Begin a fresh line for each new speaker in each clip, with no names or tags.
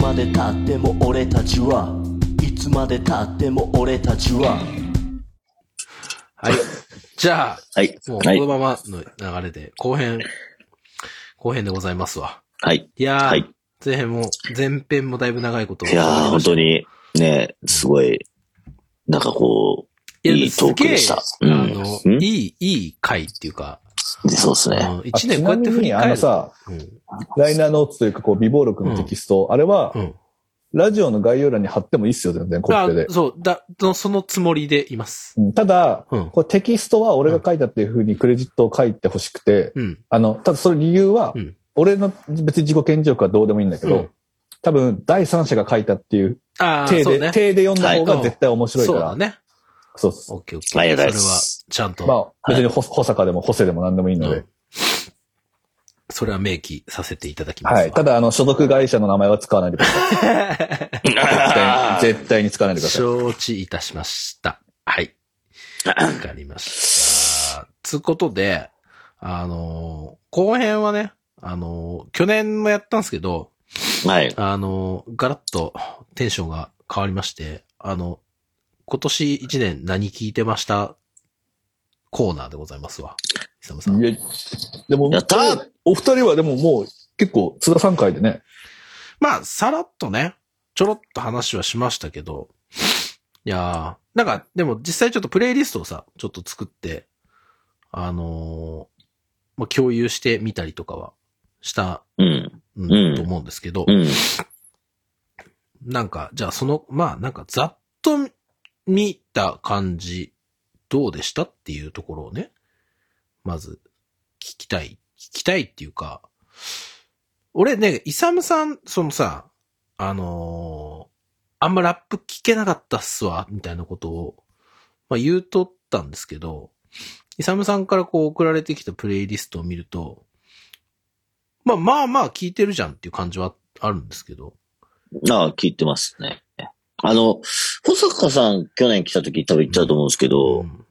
までたっても俺たちはいつまでたっても俺たちは
はい。じゃあ、
はい。
もう
は
この
い。
ままの流れで、後編、後編でございますわ。
はい。
いやー、
はい
前編も、前編もだいぶ長いこと
いやー、本当に、ね、すごい、なんかこ
いや
いいトークでした
すげえ
うん
あの、
うん
いい、いい回っていうか、
う、そうです
あ
ね。
の
あ
一年こうやって振り返る。
ちなみにあのさ、
うん
ライナーノーツというか、こう、未暴録のテキスト、あれは
う、ん。
ラジオの概要欄に貼ってもいいっすよ、全然、コ
だ
ピペで。
そう、だ、そそのつもりでいます。
うんただ、
うん。
こうテキストは俺が書いたっていう風にクレジットを書いてほしくて、
うん。
あの、ただその理由は
うん、
俺の別に自己顕示欲はどうでもいいんだけ
う
ど
ん、
多分、第三者が書いたっていう、
ああ、
体
そう
で、
ね。
体で読んだ方
は
が
い
絶対面白いか
そう
ら
だ。ね。
そうそう。
オッケーオッケー。
ありがとうございま
それは
す。、
ちゃんと。
まあ、別にほ保坂でも補正でも何でもいいの
う
で
ん。それは明記させていただきます。
はい。ただ、あの、所属会社の名前は使わないでください。絶対に絶対に使わないでください。
承知いたしました。はい。わかりました。つうことで、あのー後編はね、あのー去年もやったんですけど、
はい。
あのーガラッとテンションが変わりまして、あの、今年1年何聞いてましたコーナーでございますわ。久々さん。
いや、でも、
やったー
お二人はでももう結構、津田さん会でね、
まあ、さらっとね、ちょろっと話はしましたけど、いやー、なんか、でも実際ちょっとプレイリストをさ、ちょっと作って、あのーまあ、共有してみたりとかはした、
うん。
うん
うん
と思うんですけど、
うん。
なんか、じゃあその、まあ、なんかざっと見た感じ、どうでしたっていうところをね、まず、聞きたい。聞きたいっていうか、俺ね、イサムさん、そのさ、あのーあんまラップ聞けなかったっすわ、みたいなことを、まあ言うとったんですけど、イサムさんからこう送られてきたプレイリストを見ると、まあまあまあ聞いてるじゃんっていう感じはあるんですけど、
ああ、聞いてますね。あの、保坂さん去年来た時多分言ったと思うんですけど、
ん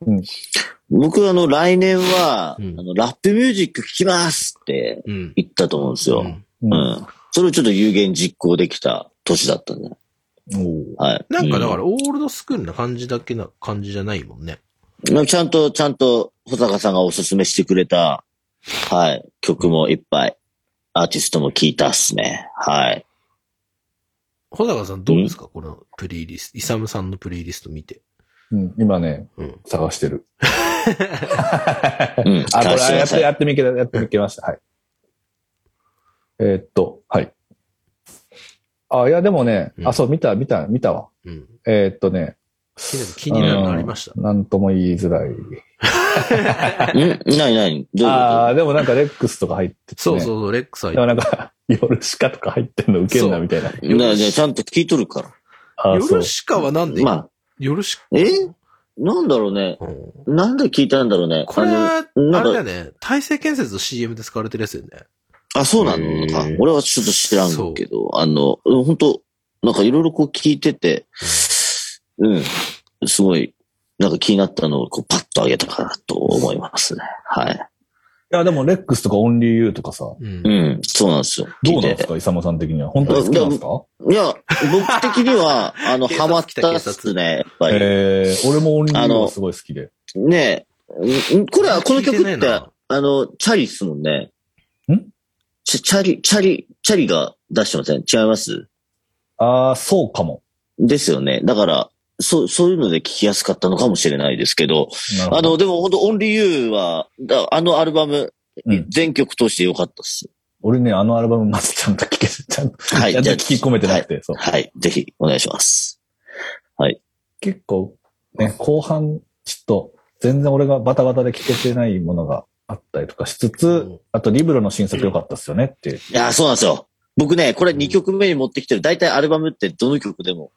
僕あの来年は、
うん
あのラップミュージック聴きますって
うん。
言ったと思うんですよ。
うん
う
う
ん。それをちょっと有言実行できた年だったんで。
お
はい。
なんかだか
う
ら、オールドスクールな感じだけな感じじゃないもんね。
んなんかちゃんと、ちゃんと保坂さんがおすすめしてくれた、はい、曲もいっぱい、アーティストも聴いたっすね。はい。
小坂さんどうですか、このプレイリスト、イサムさんのプレイリスト見て。
うん、今ね、
うん。
探してる。
うん。
あ、こ
探してくだ
れやっと
さい
やってみけ、やってみけました。はい。えーっと、はい。あ、いや、でもね、
うん
あ、そう、見た、見た、見たわ。
うん。
えーっとね。
気になる気になるのありました
う。んなんとも言いづらい。
うんなになにどういう
あ
こ
あ、でもなんかレックスとか入ってて、ね。
そうそうそう、レックスは
でもなんか、 ヨルシカとか入ってんのウケんなみたいな。
とだからねちゃんと聴いとるから。
あー
ヨ
そう
ルシカはなんで、
まあ、
ヨルシカ。
えなんだろうね。
うん
なんで聞いたんだろうね。
これ
あ
は、
のな
あ
ん
れ
か
だよね、体制建設の CM で使われてるやつよね。
あ、そうなのか
へー。
俺はちょっと知らんけど、あの、本当なんかいろいろこう聞いてて、うん、すごい、なんか気になったのをこうパッと上げたかなと思いますね。はい。
いや、でもレックスとかオンリーユーとかさ、ど
うん
う。ん、そうなんですよ。
うなんです
か
かイサムさん的には。本当に好きなんですか
いや、僕的に は、あの、
警
ハマ
察
っ
来た
たっすね、やっぱり。
えー、俺もオンリーユーがすごい好きで。
ねえ、うんこれは、この曲
聞
っ
いて
て、
ないな
あの、チャリっすもんね。
ん
チャチャリ、チャリ、チャリが出してません違います
ああ、そうかも。
ですよね。だから、そう、そういうので聞きやすかったのかもしれないですけど、
なるほ
あ
ど。
の、でも本当オンリーユーは、だあのアルバム、
うん
全曲通して良かったっす。
俺ね、あのアルバムまずちゃんと聞け、ちゃんと、
はい。
ちゃん
じ
と
ゃあ
聞き込めてなくて、そう。
はい。ぜひ、お願いします。
結構、ね、後半、ちょっと、全然俺がバタバタで聞けてないものがあったりとかしつ
うん
つ、あとリブロの新作良かったっすよねっていう。
いやー、そうなんですよ。僕ね、これ2曲目に持ってきてる。大体アルバムってどの曲でも、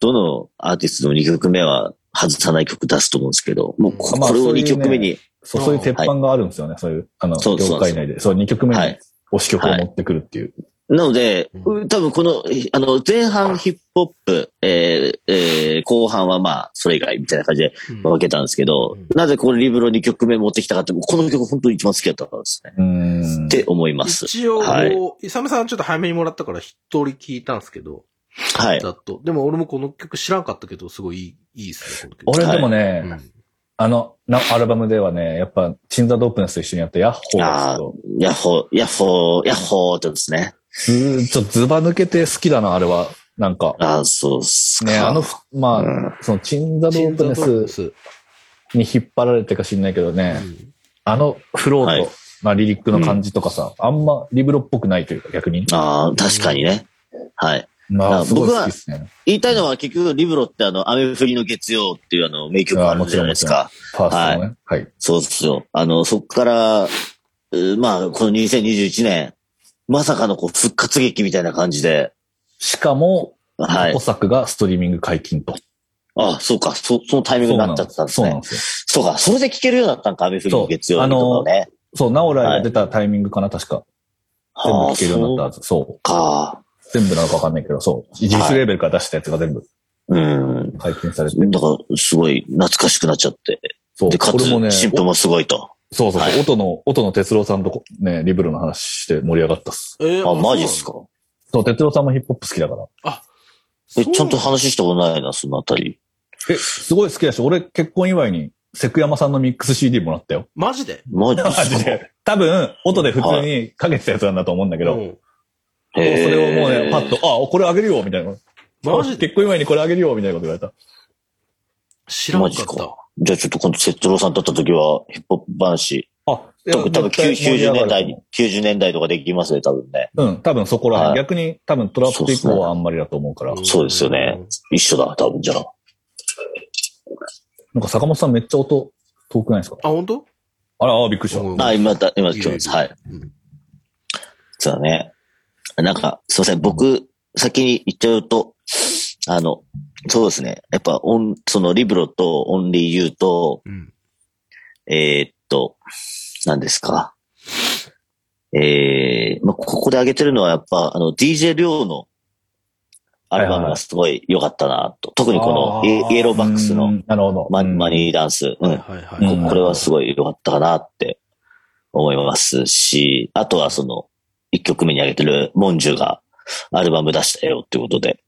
どのアーティストでも2曲目は外さない曲出すと思うんですけど、もうこ,、
うんまあ
れを
そういうね
2曲目に、
そ
あ
う、
ー
そういう鉄板があるんですよね。そういう、あの、
そうそう
業界内で。そう、2曲目
は
に
い
推し曲を持ってくるっていう。
なので、
う
多分この、あの、前半ヒップホップ、えーえー後半はまあ、それ以外みたいな感じで
うん
分けたんですけど、
うん
なぜこのリブロに曲名持ってきたかって、この曲本当に一番好きだったからですね。
うん。
って思います。
一応、
はい。
もう、イサムさんちょっと早めにもらったから一通り聞いたんですけど、
はい。
ざっと。でも俺もこの曲知らんかったけど、すごいいい、いいっすね、この曲。
俺でもね、
うん、
あの、なアルバムではね、やっぱ、チンザドープネスと一緒にやったヤッホー
ああ
で、
ヤッホー、ヤッホー、ヤッホーってですね。
すけど、ずーっとズバ抜けて好きだな、あれは。なんか、
ああ、そうっすか。
ね、あの、ふまあ、
うん
その、チンザドープネス
ス。
に引っ張られてか知んないけどね、
うん
あのフロート、
はい
まあ、リリックの感じとかさ、あんまリブロっぽくないというか、逆に。
ああ、確かにね。はい。
まあ、
あ
すごい
僕
好
は
きですね。
言いたいのは結局、リブロってあの、雨降りの月曜っていうあの、名曲があるじゃないです
あ
か。
ファーストのね。はい。
そうですよ。あの、そっから、うーまあ、この2021年、まさかのこう、復活劇みたいな感じで、
しかも、
は
過
い
去。作がストリーミング解禁と。
あ、そうか、そ、そのタイミング
そ
に
うな
なんっちゃ
で
ってたんですす
よ。そうな
ね。
んです
そ
よ。
うか、それで聴けるようになったんか、雨降りの月曜日とかね。
そう、ナオライが出たタイミングかな、確か。全部
あ
聴
あ、
けるよう
そ
にな
う
ったはず。そう。
か。
全部なのかわかんないけど、そう。実レーベルから出したやつが全部
うん。
解禁されて。
だから、すごい懐かしくなっちゃって。
そう。
で、か
こ
つ、
れもね、お
新婦
そう
もすごいと。
そうそう、
はい
音の、音の哲郎さんとこね、リブロの話して盛り上がったっす。
えー
あ、マジっすか。
そう、哲郎さんもヒップホップ好きだから。
え、ちゃんと
話
話したことないな、そのあたり。
え、すごい好きだし、俺結婚祝いに、セクヤマさんのミックス CD もらったよ。
マジで
マジっ
マジ
すか。
で。多分、音で普通にかけてたやつなんだと思うんだけど、
う
もうんそ
へー
れをもうね、パッと、あ、これあげるよ、みたいな。
マジで
結婚祝いにこれあげるよ、みたいなこと言われた。
知らんかっ
マジ
た。
かじゃあちょっと今度、哲郎さんと会った時は、ヒップホップ話。
あ、
多分、多分
絶対盛り上
90
が
年
ると
代
思う
に、90年代とかできますね、多分ね。
うん、多分そこら
は
辺。
い
逆に多分トラップ以降はあんまりだと思うから。
ん
そうですよね。一緒だ、多分じゃあ。
なんか坂本さんめっちゃ音遠くないですか
あ、本当？
あら、あびっくりした。
うん
あ、今だ、今聞きます。はい。
うん
そうだね。なんか、すいません。僕、先に言っちゃうと、あの、そうですね。やっぱ、オン、その、リブロと、オンリーユーと、
うん。
えーっと、何ですか。えー、まあ、ここで挙げてるのはやっぱ、あの、DJ 亮のアルバムがすごい良かったなと。特にこのイエイエローバックス
う
の
んなるほど。
マ
うん
マニーダンス。うん。
はいは
う
い。
ん
ここれはすごい良かったかなって思いますし、あとはその、一曲目に挙げてるモンジュがアルバム出したよってことで、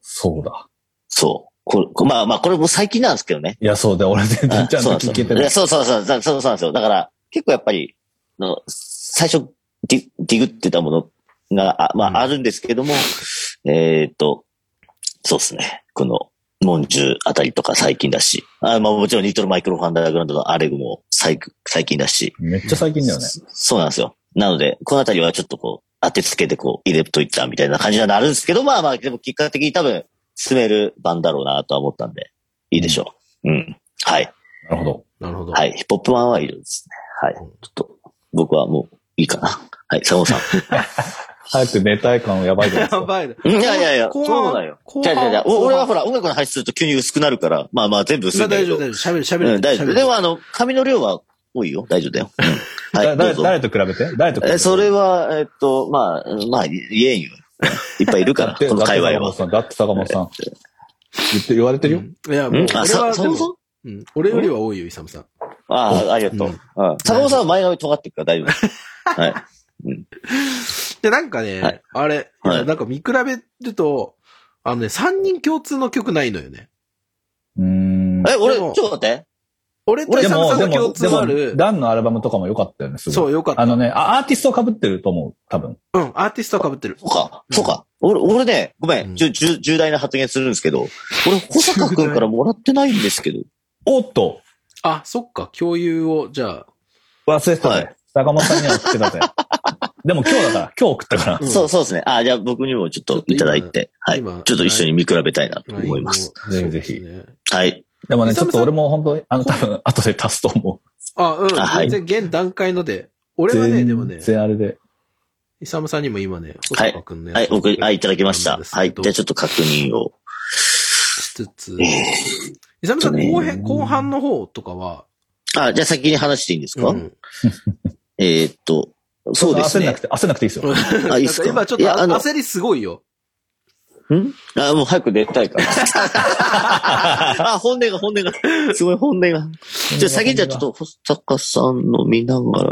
そうだ。
そう。これこまあまあ、これも最近なんですけどね。
いや、そうだ。俺全然
あ
ちゃん
そうなんです
と聞
よ
けて
い
ない
や。そうそうそう、そうそうそうなんですよ。だから、結構やっぱり、の最初ディ、ディグってたものが、あま
うん
あ、あるんですけども、えーっと、そうですね。この、モンジュあたりとか最近だし、あまあもちろんニトルマイクロファンダーグラウンドのアレグも最最近だし、
めっちゃ最近だよね。
そそうなんですよ。なので、このあたりはちょっとこう、当てつけてこう、入れといたみたいな感じにはなるんですけど、まあまあ、でも結果的に多分、進める番だろうなとは思ったんで、いいでしょう。うん。はい。
なるほど。
なるほど。
はい。ヒップホップマンはいるんですね。はい。ちょっと、僕はもう、いいかな。はい、佐野さ
早く寝たい感やばいじゃないです
や
か。
ばいな。
ん。いやいやいや、
後半
そうだよ。
後
じゃ
半
じゃじゃ
後半
俺はほら、音楽の話すると急に薄くなるから、まあまあ全部薄いんだ
大
け
丈
ど。
夫、大丈夫。喋る、喋る。
うん、大丈
喋
夫。
る
でもあの、髪の量は多いよ。大丈夫 だよ。うんは
だ
い、ど
だ
うぞ。
誰と比べて誰と比べ
え、
て
それは、えっと、まあ、まあ、言えんよ。いっぱいいるか
だ
ら、こ
って、だ
の
って
界
坂
隈
本
は。
さん、だって坂本さん。言って、言われてるよ。
うんいや、もう
ん、あ、
俺
さ、
は
坂
で
本さ
も、
ん
うん俺よりは多いよ、イサムさん。
ああ、ありがとう。
う
うんん。坂本さんは前髪尖ってるから大 丈夫。はい。
で、なんか
は
ね
い、
あれ、いや
はい
なんか見比べると、あのね、3人共通の曲ないのよね。
うーん。
え、俺、
で
ち
も
ょっと待って。
俺とイ
で
サム
も、
さ
で
んの共
も、
通
で
あ
も、
る、
ダンのアルバムとかも良かったよね、すごい。
そう、よかった。
あのね、あアーティスト被ってると思う、多分。
うん、アーティストは被ってる
そ。うか、そうか。俺、俺ね、ごめ
うん
ん、じゅ、じゅ、重大な発言するんですけど、俺、小坂くんからもらってないんですけど。
おっと
あ、そっか、共有を、じゃあ、
忘れてたね。
はい
坂本さんには送ってた ぜ。でも今日だから、今日送ったから
う。ん
そう、そうですね。あ、じゃあ僕にもちょっといただいて、はい。
今
ちょっと一緒に見比べたいなと思います。
ぜひぜひ
そうですね
はい。
でもね、
イ
ち
サ
ょっ
ムさん
と俺も本当に、あの、多分、後で足すと思う。
あ、うん。
あはい
全然現段階ので。俺はね、でも
全
ね、
然あれで。
イサムさんにも今ね、小坂くんのやつ
はい、僕、はい、いただきました。はい。じゃあちょっと確認を。
しつつ
え、ー
イサムさん
ちょっとね
後編、後半の方とかは、
あ、じゃあ先に話していいんですか
うん
えーっと、そうです
焦んな
ね
く。て、焦んなくていいですよ。
あ、いいっすか
なん今ちょっ
い
と
や、あ
あ
の、
焦りすごいよ。
んあ、もう早く出たいから。あ、本音が本音が。すごい本音が。じゃあ先にじゃあちょっと、保坂さんの見ながら。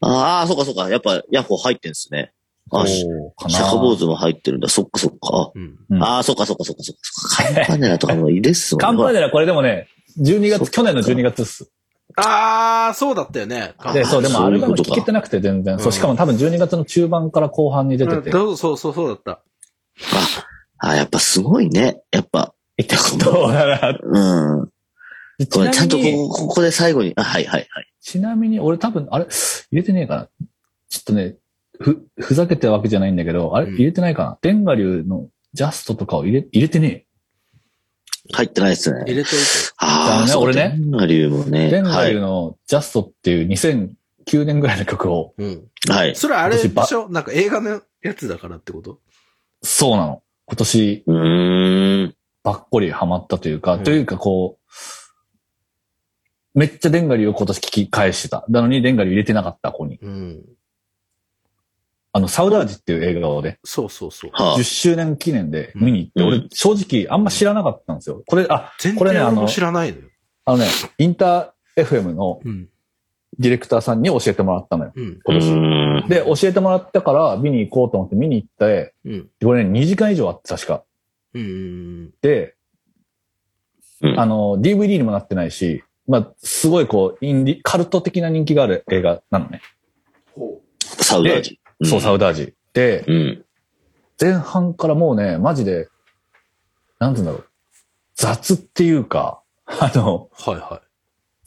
ああ、そうかそうか。やっぱ、ヤッホー入ってんですね。
お
あ、
ー、
シ
かな
ャカ坊主も入ってるんだ。そっかそっか。
うん。
うん
ああー、そっかそっかそっかそっか。カンパネラとかもいいですもん
カンパネ
ラ。
ラこれでもね、12
そっ
月、
か
去年の12月っす。
あー、そうだったよね。
で、そう、でも
そう
ア
い
ル
うこ
バ
と
ム
か
聴けてなくて全然。
う
そ
ん
う、しかも多分12月の中盤から後半に出て
う
て
ん、。そうそうそうそうだった。
ああ、やっぱすごいね。やっぱ、
行ったことだな。
うん。
ち
これちゃ
なん
と
みに、
ここ、ここで最後に。あ、はいはいはい。
ちなみに俺多分、あれ、入れてねえかな。ちょっとね、ふ、ふざけてわけじゃないんだけど、あれ、
うん
入れてないかな。デンガ流のジャストとかを入れ、入れてね
入ってないです
入れ
ね。
といて。
ああ、
だからね
そう
俺ね
デンガリュウも
え。
ね。
デンガ
は
流
い。
のジャストっていう2009年ぐらいの曲を、
うん。
はい。
それあれ
私
で
ば
しょなんか映画のやつだからってこと
そうなの。今年、
うーん。
ばっこりハマったというか、
うん
というかこう、めっちゃデンガリを今年聞き返してた。なのにデンガリを入れてなかった子に。
うん。
あの、サウダージっていう映画をね、
そうそうそう。
は
10周年記念で見に行って、
う
俺正直あんま知らなかったんですよ。これ、あ、
全
これね
然
あ
俺
の
も知らないのよ。
あのね、インター FM の
うん。
ディレクターさんに教えてもらったのよ、
うん。
う
今年。
ーん。
で、教えてもらったから見に行こうと思って見に行って、
うん。
これね、2時間以上あって確か。
うん。
で、
うん
あの、DVD にもなってないし、まあ、すごいこう、インディ、カルト的な人気がある映画なのね。
サウダージ。
そう、サ
ウ
ウダージ。で、
うん。
前半からもうね、マジで、なんて言うんだろう。雑っていうか、あの、
はいは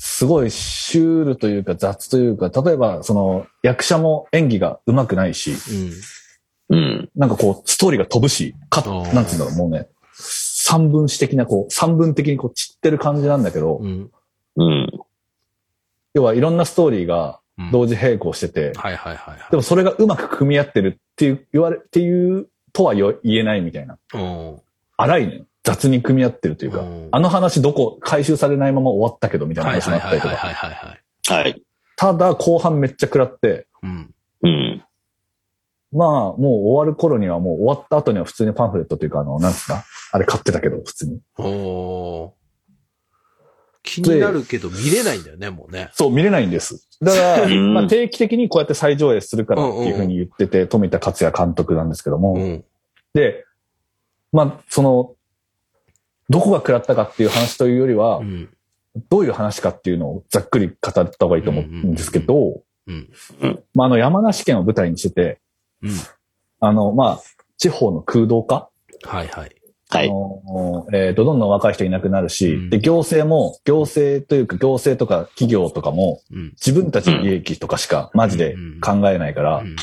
すごいシュールというか雑というか、例えば、その、役者も演技が上手くないし、
い。うん。
うん。
なんかこう、ストーリーが飛ぶし、か
あー、
なんて言うんだろう、もうね、三分詞的な、こう、三分的にこう散ってる感じなんだけど、
うん。
うん。
要はいろんなストーリーが
うん
同時並行してて、
はいはいはいはい。
でもそれがうまく組み合ってるっていう、言われ、っていうとは言えないみたいな。
も、
荒いね。雑に組み合ってるというか
うん、
あの話どこ、回収されないまま終わったけどみたいな
はい
話に
は
ないっ
は
た
い
りと
はい
か。
はいはい。
はい。
ただ、後半めっちゃ食らって、
うん。
うん。
まあ、もう終わる頃にはもう終わった後には普通にパンフレットというか、あの、なんすかあれ買ってたけど、普通に。
おー。気になるけど見れないんだよね、もうね。
そう、見れないんです。だから、
うん
まあ、定期的にこうやって再上映するからっていうふうに言ってて、富田克也監督なんですけども、
うん。
で、まあ、その、どこが食らったかっていう話というよりは、
うん。
どういう話かっていうのをざっくり語った方がいいと思うんですけど、
うん。
まあ、あの、山梨県を舞台にしてて、
うん。
あの、まあ、地方の空洞化、
はいはい。
は
あ
い。
のえーとどんどん若い人いなくなるし、
うん
で、行政も、行政というか行政とか企業とかも、
うん。
自分たちの利益とかしかマジで考えないから、
うん
う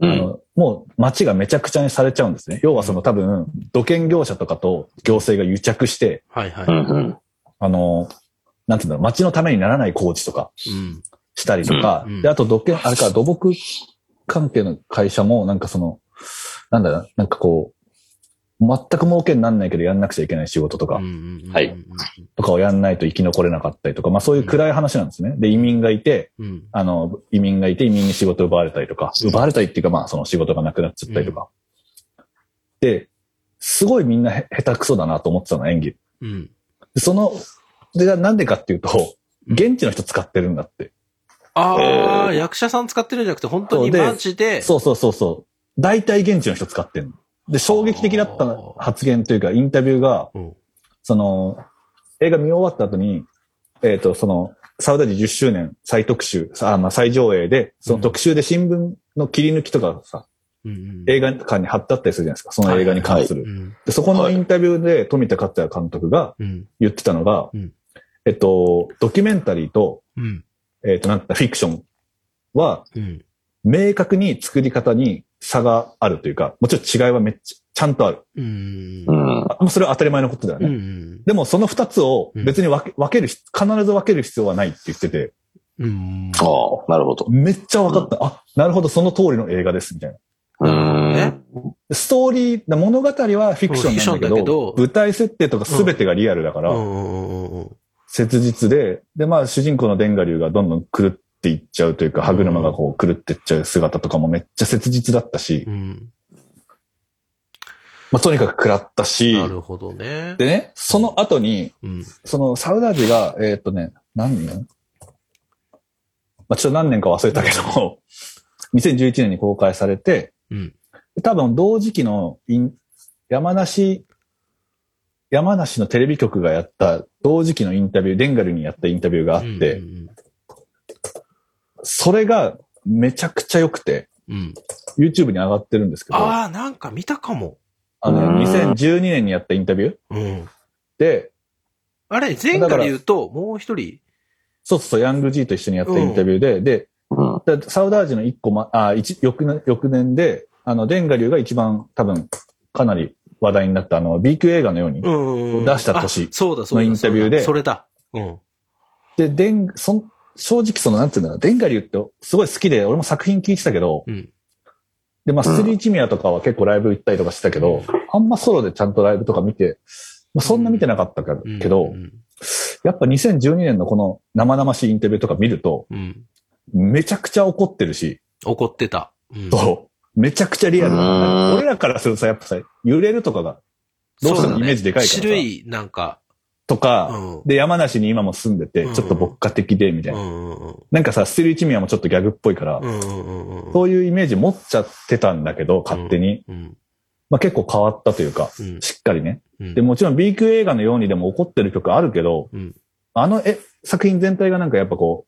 あ
ん。
の、もう街がめちゃくちゃにされちゃうんですね。要はその多分、土建業者とかと行政が癒着して、
はいは
う
い。
ん。うん。
あの、なんていうんだろう、街のためにならない工事とか
うん。
したりとか、
うんうん
で、あと土建、あれか、土木関係の会社も、なんかその、なんだろう、なんかこう、全く儲けになんないけどやんなくちゃいけない仕事とか、
うん
はい。
とかをやんないと生き残れなかったりとか、まあそういう暗い話なんですね。で、移民がいて、
うん。
あの、移民がいて移民に仕事を奪われたりとか、奪われたりっていうかまあその仕事がなくなっちゃったりとか。で、すごいみんなへ下手くそだなと思ってたの、演技。
うん。
でその、で、なんでかっていうと、現地の人使ってるんだって。
ああ、役者さん使ってるんじゃなくて、本当にマジで。
そうそうそうそう。大体現地の人使ってるの。で、衝撃的だった発言というか、インタビューが、
うん。
その、映画見終わった後に、えっ、と、その、サウダージ10周年再特集、さあまあ、再上映で、その特集で新聞の切り抜きとかさ、
うん。
映画館に貼ってあったりするじゃないですか、その映画に関する。
うん。
でそこのインタビューで富田克也監督が
うん。
言ってたのが、
うん
えっと、ドキュメンタリーと、
うん。
えっと、なんかフィクションは、
うん。
明確に作り方に差があるというか、もちろん違いはめっちゃ、ちゃんとある。
うん。
うん。
あまあそれは当たり前のことだよね。
うん。
でもその二つを別に分け分ける必、必ず分ける必要はないって言ってて、
うん。
ああ、なるほど。
めっちゃ分かった。あ、なるほど、その通りの映画です、みたいな。
う
え
ん。
でストーリー、な物語はフィクシ
う
ョンなんだけ
んフィクションだけ
ど
ど、
舞台設定とか全てがリアルだから、
うん。
切実で、で、まあ主人公のデンガリュウがどんどん狂っっていっちゃうというか、歯車がこう狂ってっちゃう姿とかもめっちゃ切実だったし
う、ん。
まあ、とにかく食らったし
な、るほどね。
でね、その後に、
うん。
そのサウダージが、えーっとね、何年まあ、ちょっと何年か忘れたけど、2011年に公開されて、
うん。
多分同時期のイン山梨、山梨のテレビ局がやった同時期のインタビュー、デンガルにやったインタビューがあって、
うん。
それがめちゃくちゃ良くて、
うんうん。
YouTube に上がってるんですけど、あ
ああ、なんか見たかも。
の
うん
ね、2012年にやったインタビュー
うん。
で、
あれ、前回で言うと、もう一人。
そうそうそう、ヤング G と一緒にやったインタビューで、で、
うん。
だサウダージの一個ま、あ、一、翌年、翌年で、あの、デンガリュウが一番多分、かなり話題になった、あの、B 級映画のように。
うん。
出した年
あそうだ、そうだ。
のインタビューで
そうだそれだ。
で、デン、そん、正直その、なんていうんだろう、デンガリュウってすごい好きで、俺も作品聞いてたけど、
うん。うん。
で、まあ、
うん
スリーチミアとかは結構ライブ行ったりとかしてたけど、あんまソロでちゃんとライブとか見て、まあ、そんな見てなかったか
うん
けど、
うん。
やっぱ2012年のこの生々しいインタビューとか見ると、
うん。
めちゃくちゃ怒ってるし、
怒ってた。うん。
そうめちゃくちゃリアルな
う。ん
俺らからするとさ、やっぱさ、揺れるとかが、どうし
そ
て
だ
も
ね
イメージでかいからさ
種類、なんか、
と
う
か、
ん。
で、山梨に今も住んでて、
うん
ちょっと牧歌的で、みたいうな。
んうんうん。
なんかさ、ステリーチミアもちょっとギャグっぽいから
う、んうんうんうんうん。
そういうイメージ持っちゃってたんだけど、勝手に。
うん。
まあ結構変わったというか、
うん
しっかりね。
うん。
で、もちろん B 級映画のようにでも怒ってる曲あるけど、
うん
あのえ作品全体がなんかやっぱこ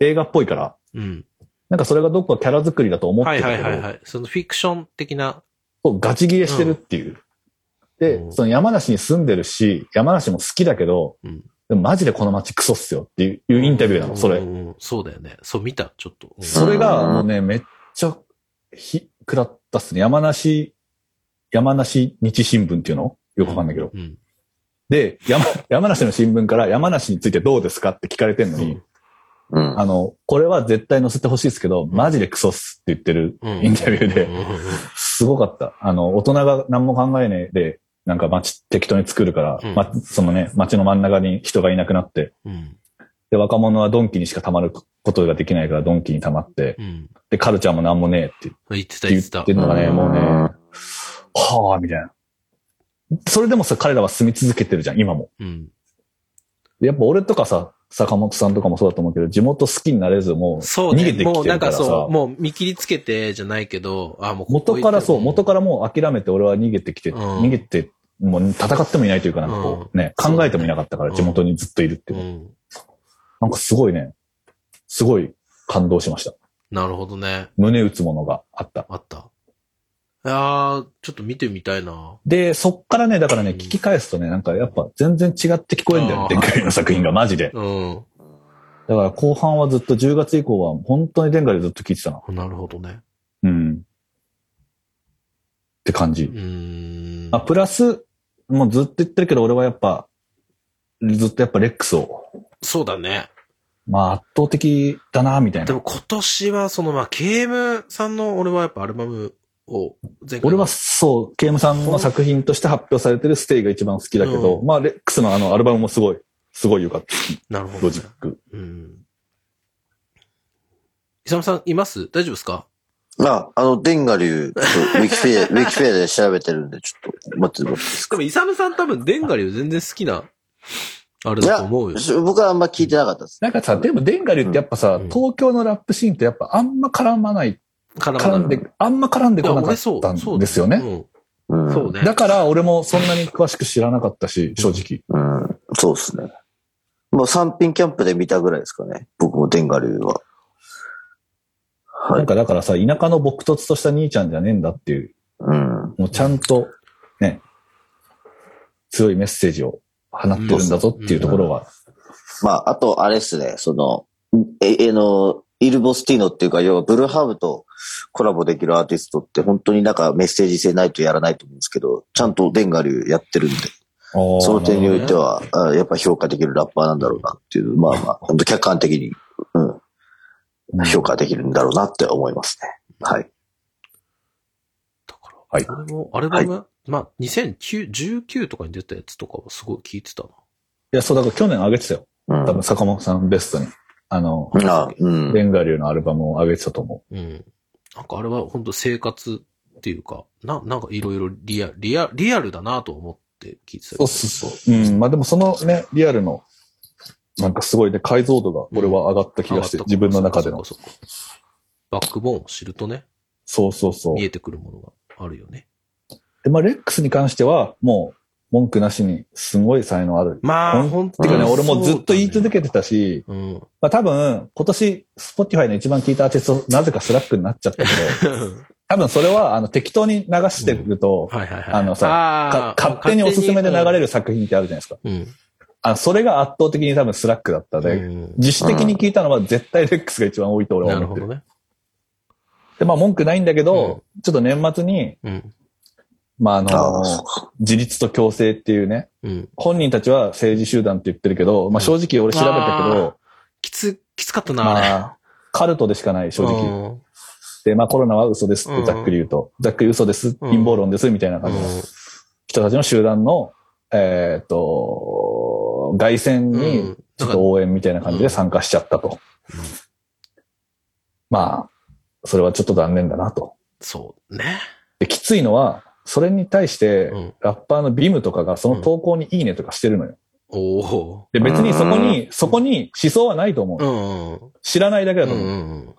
う、映画っぽいから、
うん。
なんかそれがどっかキャラ作りだと思っ
は
て
い
た
は
け
い
ど、
はいはい。そのフィクション的な。
そうガチ切れしてるっていう。
う
で、
ん
その山梨に住んでるし、山梨も好きだけど、
うん
でもマジでこの街クソっすよっていういうインタビューなの、それ。
うんうんうん。そうだよね。そう見た、ちょっと。うん
それがもうね、めっちゃひ、くらったっすね。山梨、山梨日新聞っていうのよくわかんないけど。
うん。
で、山、山梨の新聞から山梨についてどうですかって聞かれてんのに、
うん。
あの、これは絶対載せてほしいですけど、マジでクソっすって言ってる
うん
インタビュー
う
で、
んうんうん
すごかった。あの、大人が何も考えねえで、なんか街適当に作るから、
うん
ま、そのね、街の真ん中に人がいなくなって、
うん。
で、若者はドンキにしか溜まることができないからドンキに溜まって、
うん。
で、カルチャーも何もねえって
言ってた、
って
言
言
ってた
って。るのがね、
うん
もうね、はあ、みたいな。それでもさ、彼らは住み続けてるじゃん、今も。
うん。
でやっぱ俺とかさ、坂本さんとかもそうだと思うけど、地元好きになれず、もう、
そう
逃
ね。
げてき
もう
て
なん
る
か
か
らそ
さ
う、、もう見切りつけてじゃないけど、あ、もうここ
元からそう、元からもう諦めて俺は逃げてきて、
うん
逃げて、もう戦ってもいないというかなんかこう、ね、
そう
考えてもいなかったから
うん
地元にずっといるっていうう。
ん。
なんかすごいね、すごい感動しました。
なるほどね。
胸打つものがあった。
あった。あー、ちょっと見てみたいな。
で、そっからね、だからね、
うん
聞き返すとね、なんかやっぱ全然違って聞こえんだよね、
あー
展開の作品がマジで。
うん。
だから後半はずっと10月以降は本当に前回でずっと聞いてたな。
なるほどね。
うん。って感
う
じ。
ーん。
あ、プラス、もうずっと言ってるけど俺はやっぱ、ずっとやっぱレックスを、
そうだね。
まあ圧倒的だな、みたい
で
な。
も今年は、その、まあ、KM さんの俺はやっぱアルバムを前回の。
俺はそう、ケイムさんの作品として発表されてるステイが一番好きだけど、
う
まあレックスのあのアルバムもすごい、すごい良かった。
なるほど
ロ
ね、
ジック。
うん。イサムさんいます大丈夫ですか
あ、あの、デンガリュウ、ちょっとウィキペディア、ウィキペディアで調べてるんで、ちょっと、待って待って。
でもイサムさん多分デンガリを全然好きな、あれだと思うよ。
僕はあんま聞いてなかったです。
なんかさ、でもデンガリュってやっぱさ、
うん
東京のラップシーンってやっぱあんま絡まない、
絡
絡ん
で
で、あんま絡んで
いや
こなか
俺
っ
そう
た
そうん
ですよね。
う。
うんんそうね。
だから俺もそんなに詳しく知らなかったし、正直。
うん。そうですね。もう三品キャンプで見たぐらいですかね。僕もデンガリュウは。は
なん
い。
かだからさ、田舎の撲突とした兄ちゃんじゃねえんだっていう、
うん。
もうちゃんとね、強いメッセージを放ってるんだぞっていうところは、
まあ、あと、あれですね、その、え、えの、イルボスティーノっていうか、要はブルーハーブとコラボできるアーティストって本当になんかメッセージ性ないとやらないと思うんですけど、ちゃんとデンガリュウやってるんで、
あー
その点においては、あやっぱ評価できるラッパーなんだろうなっていう、まあまあ、本当客観的に、うん、
うん
評価できるんだろうなって思いますね。はい。
だから
はい
俺も、アルバム、まあ、2019とかに出たやつとかはすごい聞いてたな。
いや、そうだから去年上げてたよ。
うん
多分坂本さんベストに。あの、
あ、うん。
ベンガリューのアルバムを上げてたと思
うん。なんかあれは本当生活っていうか、な、なんかいろいろリア、リア、リアルだなと思って聞いてたけ
う。
ど。
そうそう。うん、まあでもそのね、リアルの、なんかすごいね、解像度が俺は上がった気がして、
上がった
自分の中での。
そうかそうかバックボーンを知るとね、
そうそうそう。
見えてくるものがあるよね。
で、まあレックスに関しては、もう文句なしにすごい才能ある。
まあ、
ほん
本当
て
に
かね、
そう
俺
だね
もずっと言い続けてたし、
うん。
まあ多分、今年、スポティファイの一番聞いたアーティスト、なぜかスラックになっちゃったけど、多分それは、あの、適当に流してると、
はいはいはい。
あの
さ
か勝手におすすめで流れる。作品ってあるじゃないですか。
うん。
あそれが圧倒的に多分スラックだった
う
で、
ん
自主的に聞いたのは絶対レックスが一番多いと俺は
なる
思っ
ほ
てる。
どね。
で、まあ文句ないんだけど、ちょっと年末に、
うん。
まああの、
ああ、そうか。
自立と共生っていうね、
うん。
本人たちは政治集団って言ってるけど、まあ正直俺調べたけど、
きつ、きつかったな、あれ
まあ、カルトでしかない、正
う
直。
ん
で、まあコロナは嘘ですってざっくり言うと、ざっくり嘘です、
うん
陰謀論です、みたいな感じの
うん
人たちの集団の、えっ、と、外戦
う
に
ん、
ちょっと応援みたいな感じで参加しちゃったと。まあ、それはちょっと残念だなと。
そうね。
で、きついのは、それに対して
う、ん。
ラッパーのビムとかがその投稿にいいねとかしてるのよ。
おお。
で、別にそこに、そこに思想はないと思
う
う。
ん。
知らないだけだ
うん
と
う
思う。
ん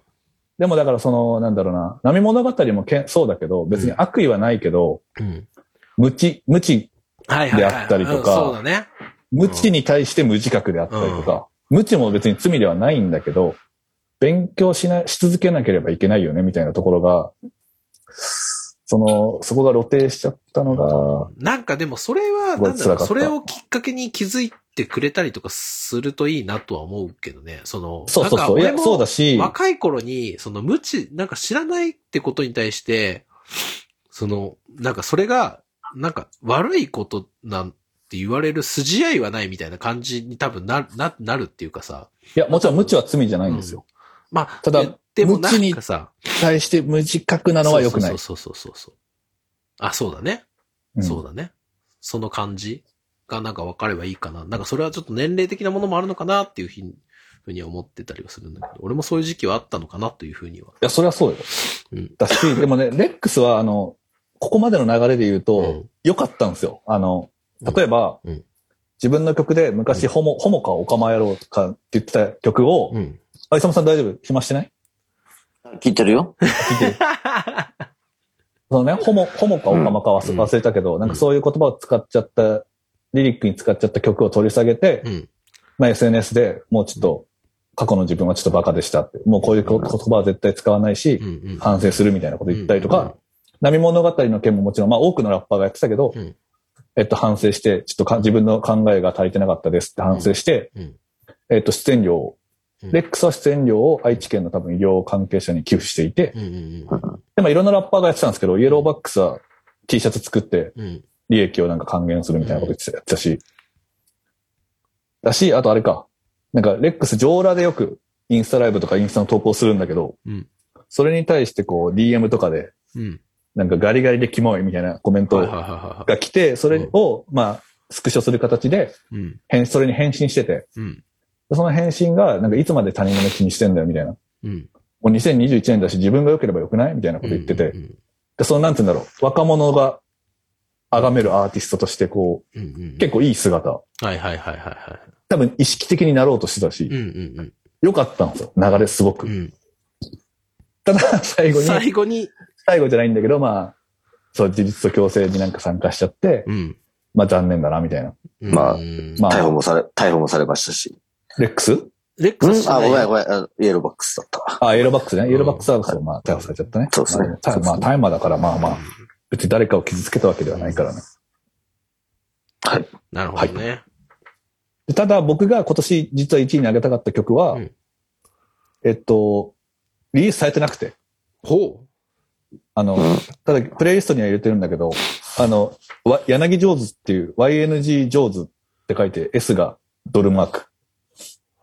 でもだからその、なんだろうな、波物語もけんそうだけど、別に悪意はないけど、
うん。
無知、無知、
はいはいはい。
であったりとか
うんそうだね。
無知に対して無自覚であったりとか、無知も別に罪ではないんだけど、勉強しな、し続けなければいけないよね、みたいなところが、その、そこが露呈しちゃったのが、
なんかでもそれは、
すごい
なんだろ
辛
う
かった
それをきっかけに気づいてくれたりとかするといいなとは思うけどね。その、
そうそう
なんか
そう、い
俺
や、
も
そうだし、
若い頃に、その無知、なんか知らないってことに対して、その、なんかそれが、なんか悪いことなんて言われる筋合いはないみたいな感じに多分な、な、なるっていうかさ。
いや、もちろん無知は罪じゃないんですよ。
まあ、
ただ
でもな
無知
ん
に
かさ、
対して無自覚なのは良くない。
そうそうそうそうそうそう。あ、そうだね。
うん
そうだね。その感じがなんか分かればいいかな。なんかそれはちょっと年齢的なものもあるのかなっていうふうにふうに思ってたりはするんだけど、俺もそういう時期はあったのかなというふうには。
いや、それはそうよ
うん。
だし、で もね、レックスは、あの、ここまでの流れで言う
う
と
ん、
良かったんですよ。あの、例えば
うんうん、
自分の曲で昔、ホモ、ホモかオカマ野郎かって言ってた曲を、
うん。
あ、イサムさん大丈夫暇してない
聞いてるよ。
そのね、ホモ、ホモかオカマか忘
うん
忘れたけど、なん
う
か
ん
そういう言葉を使っちゃった、リリックに使っちゃった曲を取り下げて、
うん。
まあ SNS でもうちょっと、過去の自分はちょっとバカでしたって、もうこういう言葉は絶対使わないし
う、ん。うん。
反省するみたいなこと言ったりと
うん
か、波物語の件ももちろん、まあ多くのラッパーがやってたけど、
うん
えっと反省して、ちょっとか自分の考えが足りてなかったですって反省して、
うんうん
えっと出演料を、
うん
レックスは出演料を愛知県の多分医療関係者に寄付していて、
うん。うん。うん
でまあいろんなラッパーがやってたんですけど、イエローバックスは T シャツ作って
うん。
利益をなんか還元するみたいなこと言ってたやってたし、だし、あとあれか、なんかレックス上裸でよくインスタライブとかインスタの投稿するんだけど、
うん
それに対してこう DM とかで、
うん。
なんかガリガリでキモいみたいなコメン
はいはい
ト
はいは
が来て、それを、まあ、スクショする形で、
い。うん。
返それに返信してて、
うん。
その返信が、なんかいつまで他人の気にしてんだよみたいな。も
うん。
う2021年だし自分が良ければ良くないみたいなこと言ってて
う、ん。
で、そのなんて言うんだろう、若者が崇めるアーティストとして、こ
うんうんうん。
う、結構いい姿、
はいはいはいはいは
多分意識的になろうとしてた
い。う
し、
んうん
良かったんですよ、流れすご
う
く。
ん。
ただ、 最
う
後
ん。
に、
最後に、
最後じゃないんだけど、まあ、そう、自立と共生になんか参加しちゃって、
うん。
まあ残念だな、みたいな。
うん
まあ
うん
まあ
逮捕もされ、逮捕もされましたし。
レックス
レッ
う
クス
んあ、ごめん
ん。
ごめん。あイエローバックスだったわ。
あ、イエローバックスね。
ん
イエローバックスは、そう、まあ、逮捕されちゃったね。
そうですね
まあたまあ、大麻だから、まあまあ、別に誰かを傷つけたわけではないからね。
はい。
なるほどね。
でただ、僕が今年実は1位に上げたかった曲は、
うん
えっと、リリースされてなくて、
ほう。
あの、
うん
ただ、プレイリストには入れてるんだけど、あの、わ柳上手っていう、YNG 上手って書いて、S がドルマーク。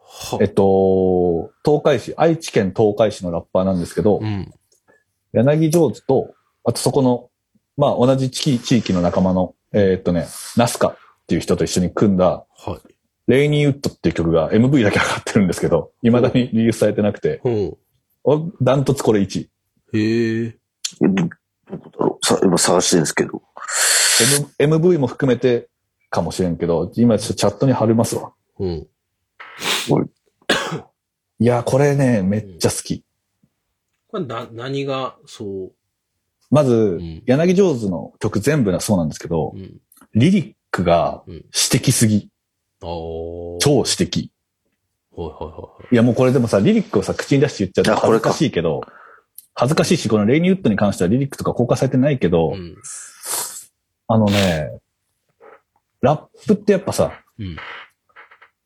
は
えっと、東海市、愛知県東海市のラッパーなんですけど、
うん。
柳上手と、あとそこの、まあ同じ地域地域の仲間の、えーっとね、ナスカっていう人と一緒に組んだ、
はい。
レイニーウッドっていう曲が MV だけ上がってるんですけど、未だにリリースされてなくて、
ほ
おダントツこれ1位。
う。へえ。
どういうことだろうさ今探してるんですけど。
M、MV も含めてかもしれんけど、今ちょっとチャットに貼りますわ。
うん。
いや、これね、めっちゃ好き。
これな、何が、そう。
まず、
ん
柳上手の曲全部なそうなんですけど
う、ん。
リリックが
うん
詩的すぎ。
ああ。はい
超詩的。
はいはいはい。
いや、もうこれでもさ、リリックをさ、口に出して言っちゃうと
あ
恥
こ
ず
れか
かしいけど、恥ずかしいし、このレイニーウッドに関してはリリックとか公開されてないけど、
うん。
あのね、ラップってやっぱさ、
うん。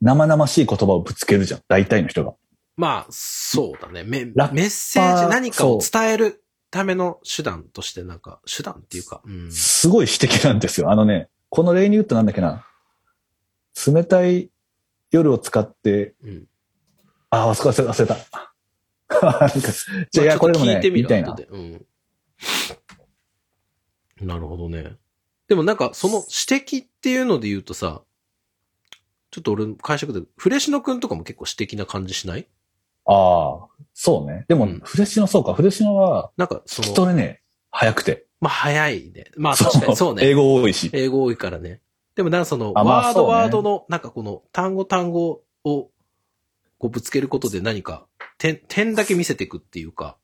生々しい言葉をぶつけるじゃん。大体の人が。
まあ、そうだね。め、メ
ラッパー
ッセージ、何かを伝えるための手段として、なんか、手段っていうか、うん。
すごい詩的なんですよ。あのね、このレイニーウッドなんだっけな。冷たい夜を使って、
うん。
あ、あそこ忘れ忘れた。 なんかじ
ま
ゃあ、い
あ
や、これでも
ちょっと聞い、
ね
てみ
み
る
たいな
後。で。うん。なるほどね。でもなんか、その指摘っていうので言うとさ、ちょっと俺の解釈で、フレシノ君とかも結構指摘な感じしない
ああ、そうね。でも、
うん
フレッシュの、そうか、フレッシュのは、
なんか、そ
聞き
の、
取れねえ。早くて。
まあ、早いね。まあ、確かにそうね。
英語多いし。
英語多いからね。でもなんかその、
あまあ
ワード
そうね
ワードの、なんかこの単語単語をこうぶつけることで何か点、点だけ見せていくっていうか、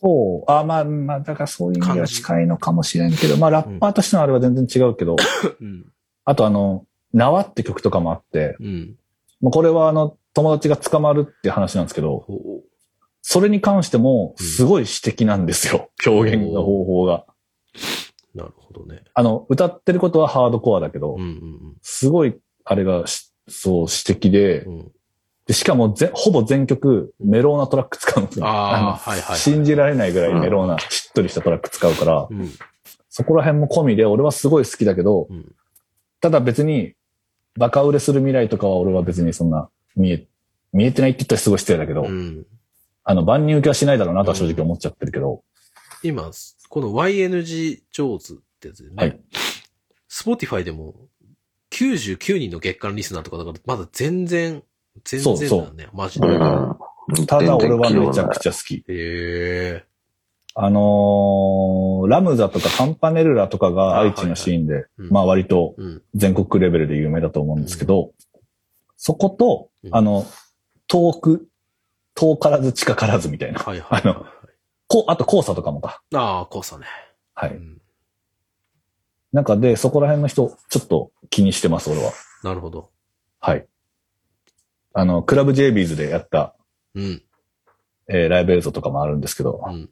そう。あ、まあ、まあ、だからそういう意味で
感
は
じ
近いのかもしれんけど、まあ、ラッパーとしてのあれは全然違うけど、
うん、
あとあの、縄って曲とかもあって、
うん、
もうこれはあの、友達が捕まるっていう話なんですけど、
ほう
それに関しても、すごい詩的なんですよ。表現の方法が。
なるほどね。
あの、歌ってることはハードコアだけど
うん、うん
すごい、あれがし、そう、詩的で
う、ん、
でしかもぜ、ほぼ全曲、メローなトラック使うんですよ。
ああー、はいはい、
の
はい。
信じられないぐらいメローな、しっとりしたトラック使うから、
うん、
そこら辺も込みで、俺はすごい好きだけど、
うん、
ただ別に、バカ売れする未来とかは俺は別にそんな、見え、見えてないって言ったらすごい失礼だけど、
うん。
あの、万人受けはしないだろうなとは正直思っちゃってるけど、
今、この YNG 上手ってやつでね、
はい、
Spotify でも99人の月間リスナーとかだから、まだ全然、全然だよね、マジで。へ
うん
ただ俺はめちゃくちゃ好き。
え
あのーラムザとかカンパネルラとかが愛知のシーンで、
うん
まあ割と
うん、
全国レベルで有名だと思うんですけど、そこと
う、ん
あの、遠く、遠からず近からずみたいな。
はいはい、はいはい。
こう、あと交差とかもか。
ああ、コーサね。
は
う
い。
ん。
なんかで、そこら辺の人、ちょっと気にしてます、俺は。
なるほど。
はい。あの、クラブ JBs でやった、
うん。
えーライブ映像とかもあるんですけど、
うん。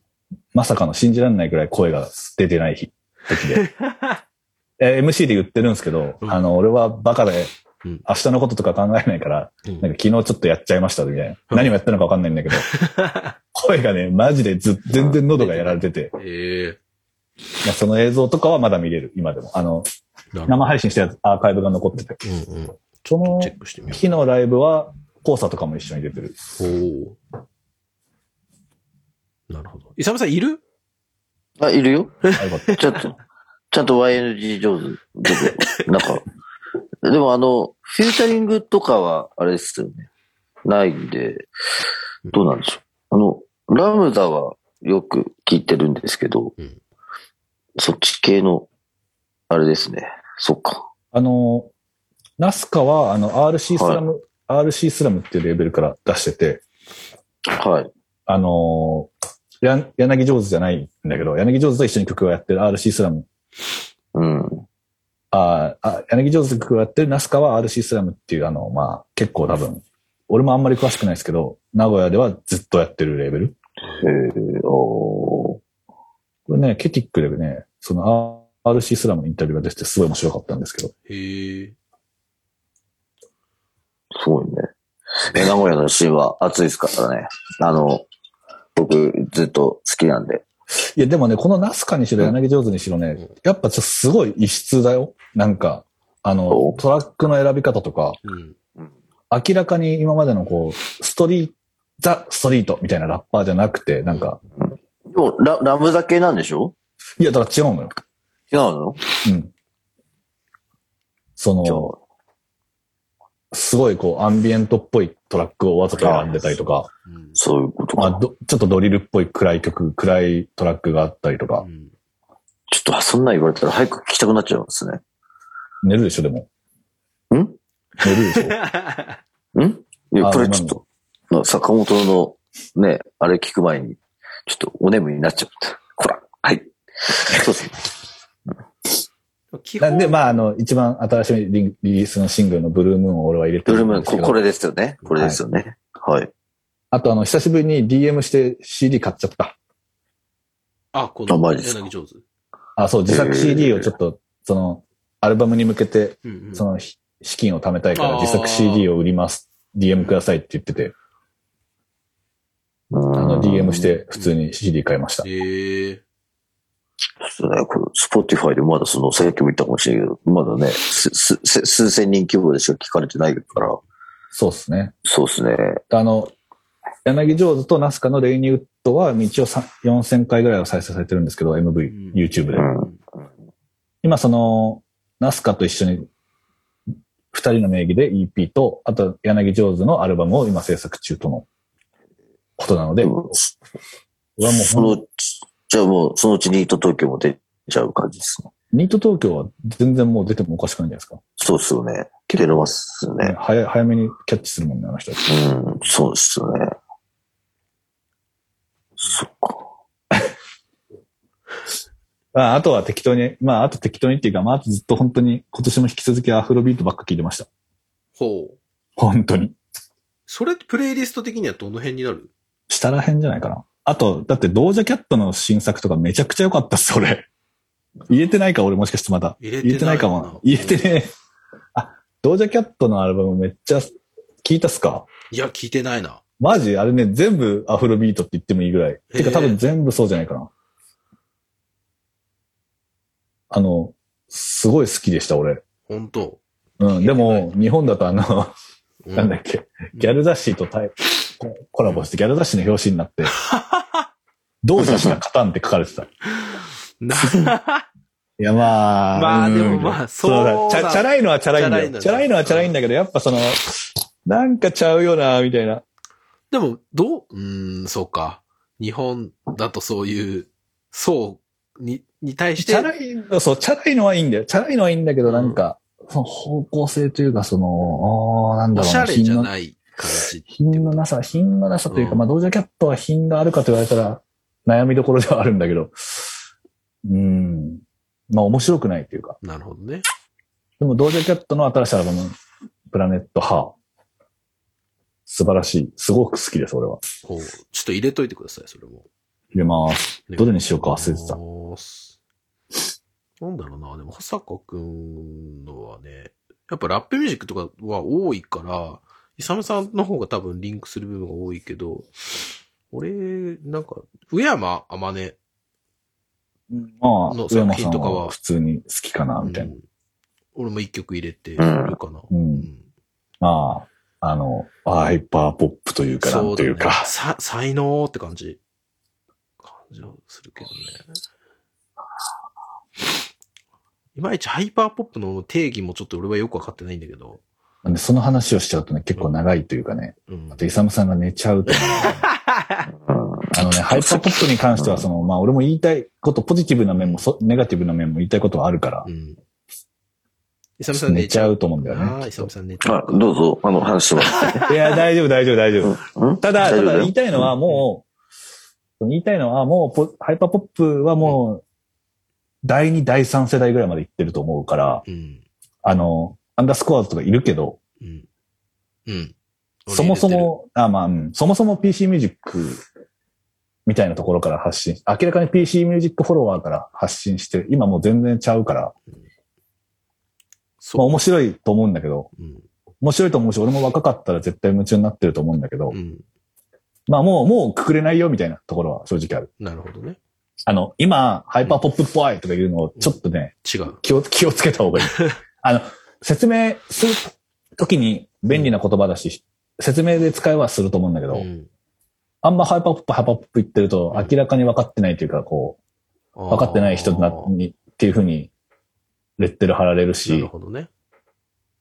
まさかの信じられないぐらい声が出てない日、時 で。えー MC で言ってるんですけど、
うん
あの、俺はバカで、
うん
明日のこととか考えないから、
うん
なんか昨日ちょっとやっちゃいましたみたいな。何もやったのかわかんないんだけ ど、声がね、マジでず、全然喉がやられてて、
ええ
まあ、その映像とかはまだ見れる、今でも。あの、
なる
生配信したやつ、アーカイブが残ってて。
ほど。うんうん。
その
チェックしてみよ
日のライブは、交差とかも一緒に出てる。
う。おお。なるほど。イサムさんいる
あ、いるよ。
あよかった
ちゃんと、 ちゃんと YNG 上手。でもなんか、でもあの、フューチャリングとかは、あれですよね。ないんで、どうなんでしょう。あの、ラムダはよく聞いてるんですけど、
うん
そっち系の、あれですね。そっか。
あの、ナスカは、あの、RC スラム、RC スラムっていうレーベルから出してて、
はい。
あのーや、柳上手じゃないんだけど、柳上手と一緒に曲をやってる RC スラム、
うん。
あーあ、柳上手と曲をやってるナスカは RC スラムっていう、あの、まあ、結構多分、俺もあんまり詳しくないですけど、名古屋ではずっとやってるレーベル。
えー、お
これね、ケティックでね、そのあ RC スラムのインタビューが出ててすごい面白かったんですけど、
へえ。
ーすごいね。え、名古屋のシーンは暑いですからね。あの、僕ずっと好きなんで。
いや、でもね、このナスカにしろ、
うん
柳上手にしろね、やっぱちょっとすごい異質だよ。なんか、あの
そ、
トラックの選び方とか、
うん。
明らかに今までのこう、ストリート、ザ・ストリートみたいなラッパーじゃなくて、なんか、
でも、ララムダ系なんでしょ
いや、だから違うのよ。
違うの
うん。そ
じゃ
の、
あ
すごいこう、アンビエントっぽいトラックをわざと選んでたりとか、
うん
そういうこと
ま
か。
あ、どちょっとドリルっぽい暗い曲、暗いトラックがあったりとか
う、ん
ちょっと、そんなん言われたら早く聞きたくなっちゃいますね。
寝るでしょ、でも。
ん
寝るでしょ
んいや、
あ
これちょっと、な坂本のね、あれ聞く前に、ちょっとお眠になっちゃった。こら、 はい。そうですね。
基
なん
本
で、まあ、あの、一番新しいリリリースのシングルのブルームーンを俺は入れて
ド
る
ル
ん
ム
です
こ
けど。
これですよね。これですよね。はい。
あと、あの、久しぶりに DM して CD 買っちゃった。
あ、こ
あ
の
マジですか
柳上手。
あ、そう、自作 CD をちょっと、その、アルバムに向けて、
うんうん
その、ひ資金を貯めたいから
あー
自作 CD を売ります。DM くださいって言ってて、あ
あ
の、DM して普通に CD 買いました。
ええ
そうだね、これ、スポティファイでまだその、さっきも言ったかもしれないけど、まだね、す、す、す数千人規模でしか聞かれてないから、
そうですね。
そうですね。
あの、柳上手とナスカのレイニウッドは一応さ4000回ぐらいは再生されてるんですけど、
ん
MV、YouTube で
う。ん。
今その、ナスカと一緒に、二人の名義で EP と、あと柳上手のアルバムを今制作中とのことなので、
で
俺は
も、
もう
そのうち、じゃあもう、そのうちニート東京も出ちゃう感じですね。
ニート東京は全然もう出てもおかしくないんじゃないですか。
そうですよね。出れますよね。
早早めにキャッチするもんね、あの人たち。
うん、そうですよね。そっか。
ああとは適当に、まああと適当にっていうか、まああとずっと本当に今年も引き続きアフロビートばっか聞いてました。
ほう。
本当に。
それ、プレイリスト的にはどの辺になる
下らへんじゃないかな。あと、だってドージャキャットの新作とかめちゃくちゃ良かったっす、俺。言えてないか、俺もしかしてまだ。
入れてない
言えてないかも。言えてねえ。あ、ドージャキャットのアルバムめっちゃ聞いたっすか
いや、聞いてないな。
マジあれね、全部アフロビートって言ってもいいぐらい。てか多分全部そうじゃないかな。あの、すごい好きでした、俺。
本当
うん、でも、日本だとあの、
う
なんだっけ、ギャル雑誌とタイココラボしてギャル雑誌の表紙に なって、どうじゃしか勝たんって書かれてた。い
な
や、 まあ。
まあ
うん
でもまあそうだ
チャチャラいのはチャラいん
チャラいんだね
だよ。チャラいのはチャラいんだけど、やっぱその、なんかちゃうよな、みたいな。
でも、どううーん、そうか。日本だとそういう、そうに、に対し
チ
て、
ャラいの、そう、チャラいのはいいんだよ。チャラいのはいいんだけど、なんか、その方向性というか、その、あーなんだ
お
ろう
しゃ
な、
れじ
品
ゃ
の、
ない感じ。
品のなさ、品のなさというか、
うん
まあ、ドージャキャットは品があるかと言われたら、悩みどころではあるんだけど、うん、まあ、面白くないというか。
なるほどね。
でも、ドージャキャットの新しいアルバム、プラネットハー。素晴らしい。すごく好きです、俺は。
ほう。ちょっと入れといてください、それも。
入れます。どれにしようか忘れてた
た。なんだろうな、でも、保坂くんのはね、やっぱラップミュージックとかは多いから、イサムさんの方が多分リンクする部分が多いけど、俺、なんか、上山あまね、
まあ、
の
上山
作品
さん
とかは
は普通に好きかな、みたいな。
うん俺も一曲入れてるかな。
うん
ん
まあ、あの、ハイパーポップというか、なんというか。
そうだねさ、才能って感じ。感じはするけどね。いまいちハイパーポップの定義もちょっと俺はよくわかってないんだけど。
なんで、その話をしちゃうとね、結構長いというかね。
うん
あ。と、イサムさんが寝ちゃ うと。あのね、ハイパーポップに関しては、その、まあ、俺も言いたいこと、ポジティブな面も、そネガティブな面も言いたいことはあるから
う、ん。イサムさん
寝
寝
ち
ちゃ
ゃ
う。
うと思うんだよ
ああ、
ね。
イサムさん寝ちゃ
あ
う、か。
どうぞ、あの、話してます。
いや、大丈夫、大丈夫、大丈夫。
うん
た
大
だ、
丈
た
夫
だ
よ
言いたいのはもう、言いたいのはもうポ、ハイパーポップはもう、第2、第3世代ぐらいまで行ってると思うから、
うん。
あの、アンダースコアとかいるけど、
うん。うん。
そもそも、あ、まあ、うんそもそも PC ミュージックみたいなところから発信、明らかに PC ミュージックフォロワーから発信して、今もう全然ちゃうから、まあ
そう。
面白いと思うんだけど、
うん。
面白いと思うし、俺も若かったら絶対夢中になってると思うんだけど
う、ん。
まあもう、もうくくれないよみたいなところは正直ある。
なるほどね。
あの、今、ハイパーポップっぽいとか言うのを、ちょっとね、
違う。
気を、 気をつけた方がいい。あの、説明するときに便利な言葉だし、説明で使いはすると思うんだけど、
うん。
あんまハイパーポップ、ハイパーポップ言ってると、明らかに分かってないというか、こう、分
分
かってない人な、に、っていうふうに、レッテル貼られ
な
る
る
し、
ほどね。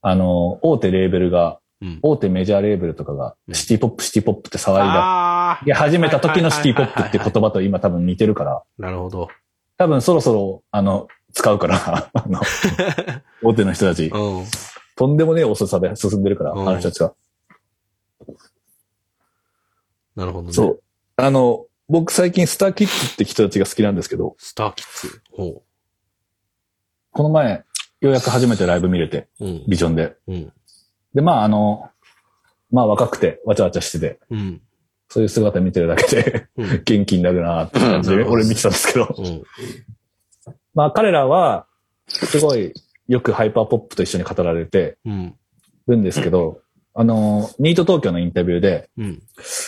あの、大手レーベルが、
うん。
大手メジャーレーベルとかが
う、ん
シティポップ、シティポップって騒いだ。
ああ
いや、始めた時のシティポップって言葉と今多分似てるから、
なるほど。
多分そろそろ、あの、使うから、 あの、大手の人たち
う、ん。
とんでもねえ遅さで進んでるから、あ
うん
の人たちは。
なるほどね。
そう。あの、僕最近スターキッズって人たちが好きなんですけど、
スターキッズ。ほ
この前、ようやく初めてライブ見れて、
う。うん。
ビジョンで。
うん。
で、まああの、まあ若くて、わちゃわちゃしてて、
うん。
そういう姿見てるだけで
うん。うん
元気になるなって感じで、
うん
俺見てたんですけど。
うん。
まあ彼らは、すごいよくハイパーポップと一緒に語られて
うん。
るんですけど、あの、ニート東京のインタビューで、
うん。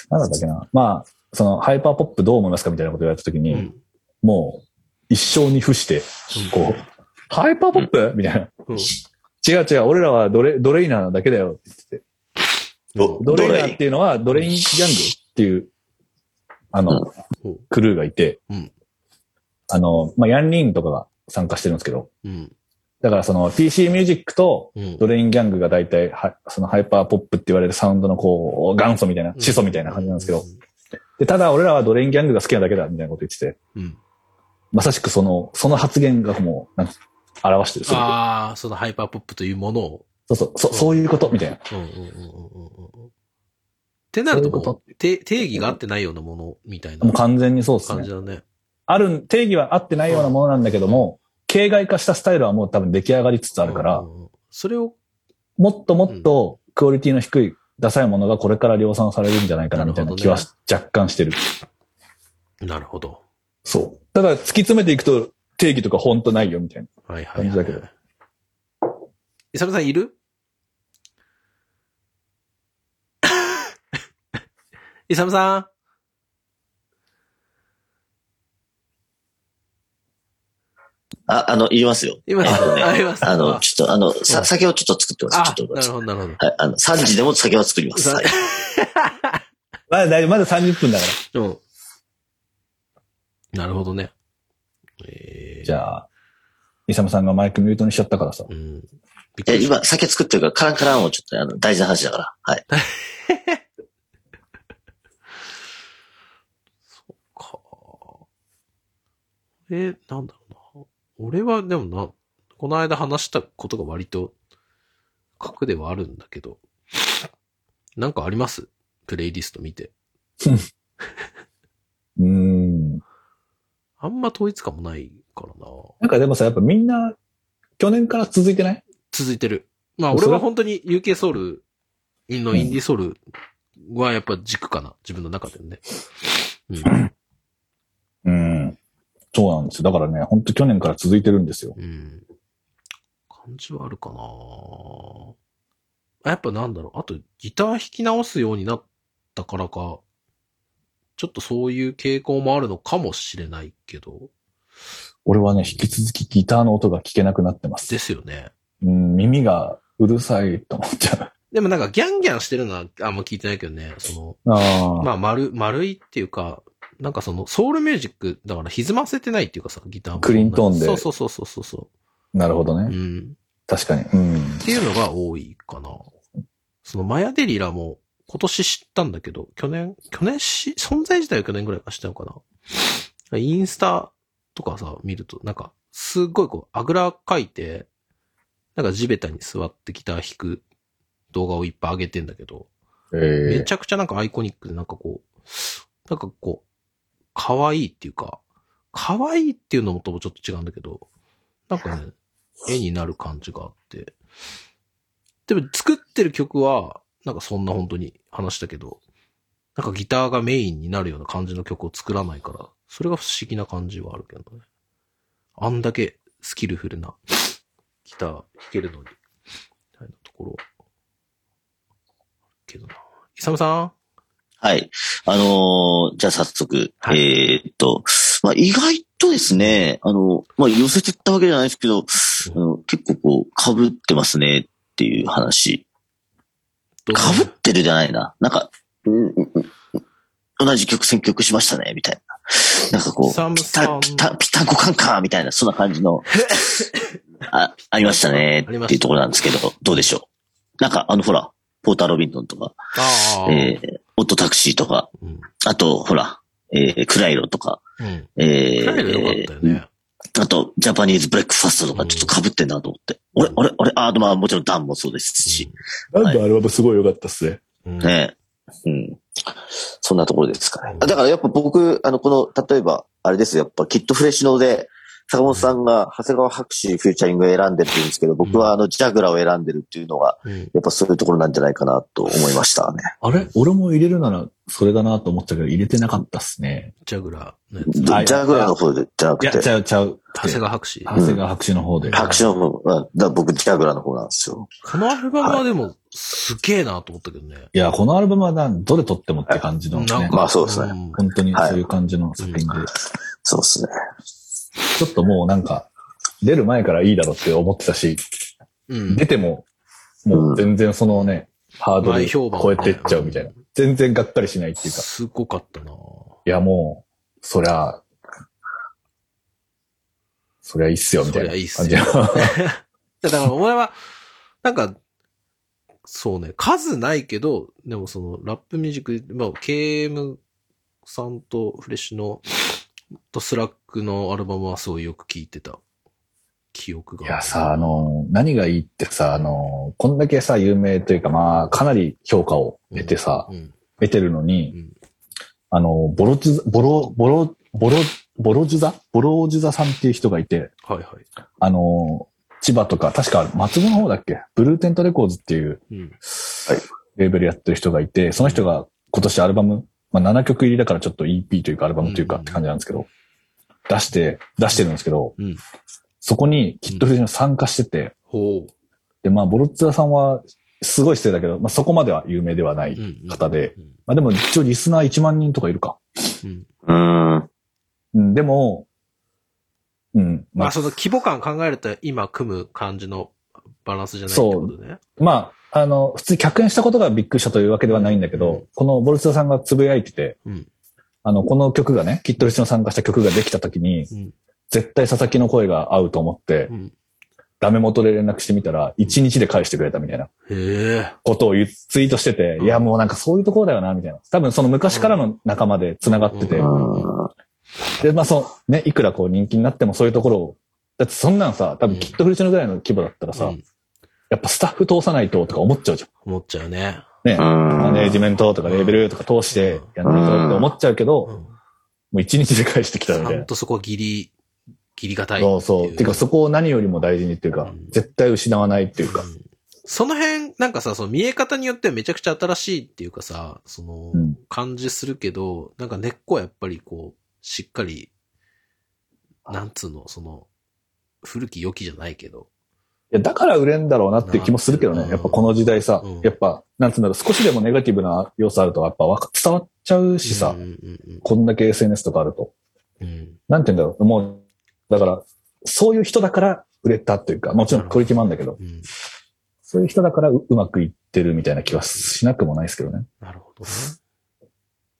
なんだったっけな、まあ、そのハイパーポップどう思いますかみたいなことを言われた時に、
うん
もう一生に付して、こう、ハイパーポップ、みたいな。
うん
違う違う、俺らはドレ、ドレイナーなだけだよって言って
ど
ドレイナ
イ
ーっていうのはドレインギャングっていう、あの、
うん
クルーがいて、
うん
あの、まあ、ヤンリンとかが参加してるんですけど、
うん。
だからその PC ミュージックと
うん。
ドレインギャングが大体は、そのハイパーポップって言われるサウンドのこう、元祖みたいな、始祖みたいな感じなんですけど、で、ただ俺らはドレインギャングが好きなだけだみたいなこと言ってて、
うん。
まさしくその、その発言がもう、なんか、表してる。すごく
ああ、そのハイパーポップというものを。
そうそう、そそういうこと、みたいな。
うんうんうんうんうんうん。ってなるともう
そういうこ
て定義が合ってないようなものみたいな
もう完全にそうです
感じ
ね。
だね。
ある、定義は合ってないようなものなんだけども、形骸化したスタイルはもう多分出来上がりつつあるから、
うんうんうん。それを、
もっともっとクオリティの低い、ダサいものがこれから量産されるんじゃないかな、
なるほ
みたい
どね
な気は若干してる。
なるほど。
そう。ただ、突き詰めていくと、定義とか本当ないよ、みたいな。
はいはい、はい。
感じだけど。
イサムさんいるイサムさん
あ、あの、いりますよ。
います
あのね
あいます
あの、ちょっと、あの、
うん
さ、酒をちょっと作ってます。
あ
ちょっと、
なる
待って
ほど、なるほど。
はい、あの、3時でも酒は作ります。
さ
はい。
まだ大丈夫、まだ30分だか
うん。なるほどね。えー、
ら。じゃあ、イサムさんがマイクミュートにしちゃったからさ。
うん。びっく
え、
りした
今、酒作ってるから、カランカランをちょっとね、あの、大事な話だから。はい。
か。え、なんだろうな。俺はでもな、この間話したことが割と、核ではあるんだけど、なんかありますプレイリスト見て。
うーん。
あんま統一感もないからな。
なんかでもさ、やっぱみんな、去年から続いてない
続いてる。まあ
それ
俺は本当に UK ソウルのインディーソウルはやっぱ軸かな。自分の中でね。うん。
うん。そうなんですよ。だからね、本当去年から続いてるんですよ。
うん。感じはあるかなあやっぱなんだろう。あと、ギター弾き直すようになったからか、ちょっとそういう傾向もあるのかもしれないけど、
俺はね、引き続きギターの音が聞けなくなってます
で。すよね。
うん、耳がうるさいと思っちゃ
でもなんかギャンギャンしてるのはあんま聞いてないけどね。その、
う。ああ。
まあ、丸、丸いっていうか、なんかその、ソウルミュージック、だから歪ませてないっていうかさ、ギターも。
クリーントーンで
そうそうそうそうそうそ
なるほど
う。う
ね。
ん。
確かに。うん
っ。ていうのが多いかな。その、マヤデリラも、今年知ったんだけど、去年、去年し、存在自体は去年ぐらいから知ったのかな。インスタとかさ、見ると、なんか、すっごいこう、あぐらかいて、なんか地べたに座ってギター弾く動画をいっぱい上げてんだけど、
え
め
え
ちゃくちゃなんかアイコニックで、なんかこう、なんかこう、可愛いっていうか、可愛いっていうのもともちょっと違うんだけど、なんかね、絵になる感じがあって。でも作ってる曲は、なんかそんな本当に話したけど、なんかギターがメインになるような感じの曲を作らないから、それが不思議な感じはあるけどね。あんだけスキルフルなギター弾けるのに、みたいなところはあるけどな。イサムさん
はい。あのーじゃあ早速、
はい
えーっと、まあ、意外とですね、あの、まあ、寄せてったわけじゃないですけど、あの結構こう、被ってますねっていう話。
どう
被ってるじゃないな。なんか、うんうんうん同じ曲選曲しましたね、みたいな。なんかこ
サ
う、
ム
ピ
さん
タ、ピタ、ピタンコカンカーみたいな、そんな感じの、 あ、ありましたね、っていうところなんですけど、どうでしょう。なんか、あの、ほら、ポーター・ロビントンとか、
ああ。
えー、オット・タクシーとか、
うん。
あと、ほら、えー、クライロとか、
うん。
え
帰
ー、
ればよかったよね。
あと、ジャパニーズブレックファストとかちょっと被ってんなと思って。俺、俺、俺、ああ、まあもちろんダンもそうですし。
なんでアルバムすごい良かったっすね。
うん。
ねえ。うん。そんなところですかね。あだからやっぱ僕、あの、この、例えば、あれですよやっぱきっとフレッシュので、坂本さんが長谷川博士フューチャリングを選んでるって言うんですけど、僕はあの、ジャグラーを選んでるっていうのが、
うん
やっぱそういうところなんじゃないかなと思いましたね。
あれ俺も入れるなら、それだなと思ったけど、入れてなかったっすね。
ジャグラーのや
ジ
つ。
はい
ャグラーの方でじゃないく
や、ち
て、
ゃうちゃう。
長谷川博士。
長谷川白紙の方で。
博士の方、うんだから僕ジャグラーの方なんですよ。
このアルバムはでも、すげえなと思ったけどね。
いや、このアルバムはなどれ撮ってもって感じの、ね、
なんか。
まあそうですね
ん
本当にそういう感じの作品で、
そうですね。
ちょっともうなんか、出る前からいいだろうって思ってたし、
うん。
出ても、もう全然そのね、ハード
前
ル
評判
超えてっちゃうみたいな。全然がっかりしないっていうか。
すごかったない
や、もう、そりゃ、そりゃいいっすよ、みたいな
そりゃいいっす
感
よ
じの。
だから、お前は、なんか、そうね、数ないけど、でもその、ラップミュージック、まあ、KM さんとフレッシュの、とスラックのアルバムはすごいよく聞いてた。記憶が。
いやさ、あの、何がいいってさ、あの、こんだけさ、有名というか、まあ、かなり評価を
うん、
得てさ、
うん。
得てるのに、
うん
あの、ボロジュザ、ボロ、ボロ、ボロ、ボロジュザボロジュザさんっていう人がいて、
はいはい。
あの、千葉とか、確か松戸の方だっけブルーテントレコーズっていう
うん。
レーベルやってる人がいて、その人が今年アルバム、まあ、7曲入りだからちょっと EP というかアルバムというか
うん
って感じなんですけど、出して、出してるんですけど、
うん。
そこにキッドフレッシュが参加してて、
ほ
で、まあ、ボロッツァさんはすごい失礼だけど、まあ、そこまでは有名ではな
う。
い。
うん。
方で
うん。
まあ、でも一応リスナー1万人とかいるか。
うん。
うーん。
うん、でも、うん、
ま
ま
あ、その規模感考えると、今組む感じのバランスじゃないってことね。
あ、まあ、あの、普通に客演したことがびっくりしたというわけではないんだけど、
うん
このボルツァさんがつぶやいてて、
うん。
あの、この曲がね、キッドリスの参加した曲ができた時に、
うん。
絶対佐々木の声が合うと思って、
うん。
ダメ元で連絡してみたら、1日で返してくれたみたいな
へえ。
ことを言うツイートしてて、
うん
いや、もうなんかそういうところだよな、みたいな。多分その昔からの仲間で繋がってて、
う
うんーん。
で、まあそう、ね、いくらこう人気になってもそういうところを、だってそんなんさ、多分キッドフルチのぐらいの規模だったらさ、
うん
やっぱスタッフ通さないととか思っちゃうじゃん。
思っちゃうね。
ね、
うん
マネージメントとかレーベルとか通してやんないとって思っちゃうけど、
う
も
ん。
う一日で返してき
ち
たみた
ゃ。
いなん
とそこはギリ、ギリがたいってい。
そうそう。てかそこを何よりも大事にっていう
う
か
ん、
絶対失わないっていうか
う。んその辺、なんかさ、その見え方によってはめちゃくちゃ新しいっていうかさ、その
うん、
感じするけど、なんか根っこはやっぱりこう、しっかり、なんつうの、その、古き良きじゃないけど。
いや、だから売れんだろうなっていう気もするけど
う
ね。
ん
やっぱこの時代さ
うん、
やっぱ、なんつうんだろう、少しでもネガティブな要素あると、やっぱわか伝わっちゃうしさ
うん、うん
こんだけ SNS とかあると。
うんうん。
なんて言うんだろう、もう、だから、そういう人だから売れたっていうか、もちろんクオリティもあるんだけど、
うんうん。
そういう人だからううまくいってるみたいな気はしなくもないですけどね。
なるほどね。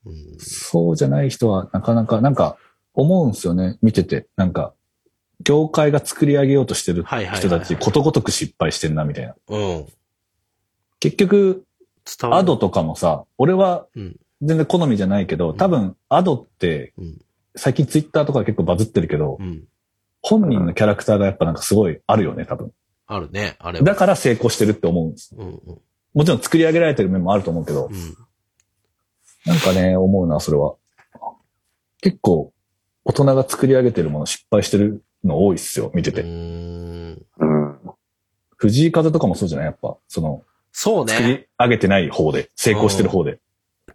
うん。
そうじゃない人はなかなか、なんか、思うんですよね、見てて。なんか、業界が作り上げようとしてる
はいはいはい
人
はい
たち、ことごとく失敗してんな、みたいな。
うん。
結局、
伝わる。
アドとかもさ、俺は
うん。
全然好みじゃないけど、
ん
多分、アドって
うん、
最近ツイッターとか結構バズってるけど
う、ん。
本人のキャラクターがやっぱなんかすごいあるよね、多分。
あるね、あれは。
だから成功してるって思うんです。
うんうん。
もちろん作り上げられてる面もあると思うけど
う、ん。
なんかね、思うな、それは。結構、大人が作り上げてるもの失敗してるの多いっすよ、見て
う
て。
ーん。
うん。
藤井風とかもそうじゃないやっぱ、その、
そう
作
ね。
り上げてない方で、成功してる方で。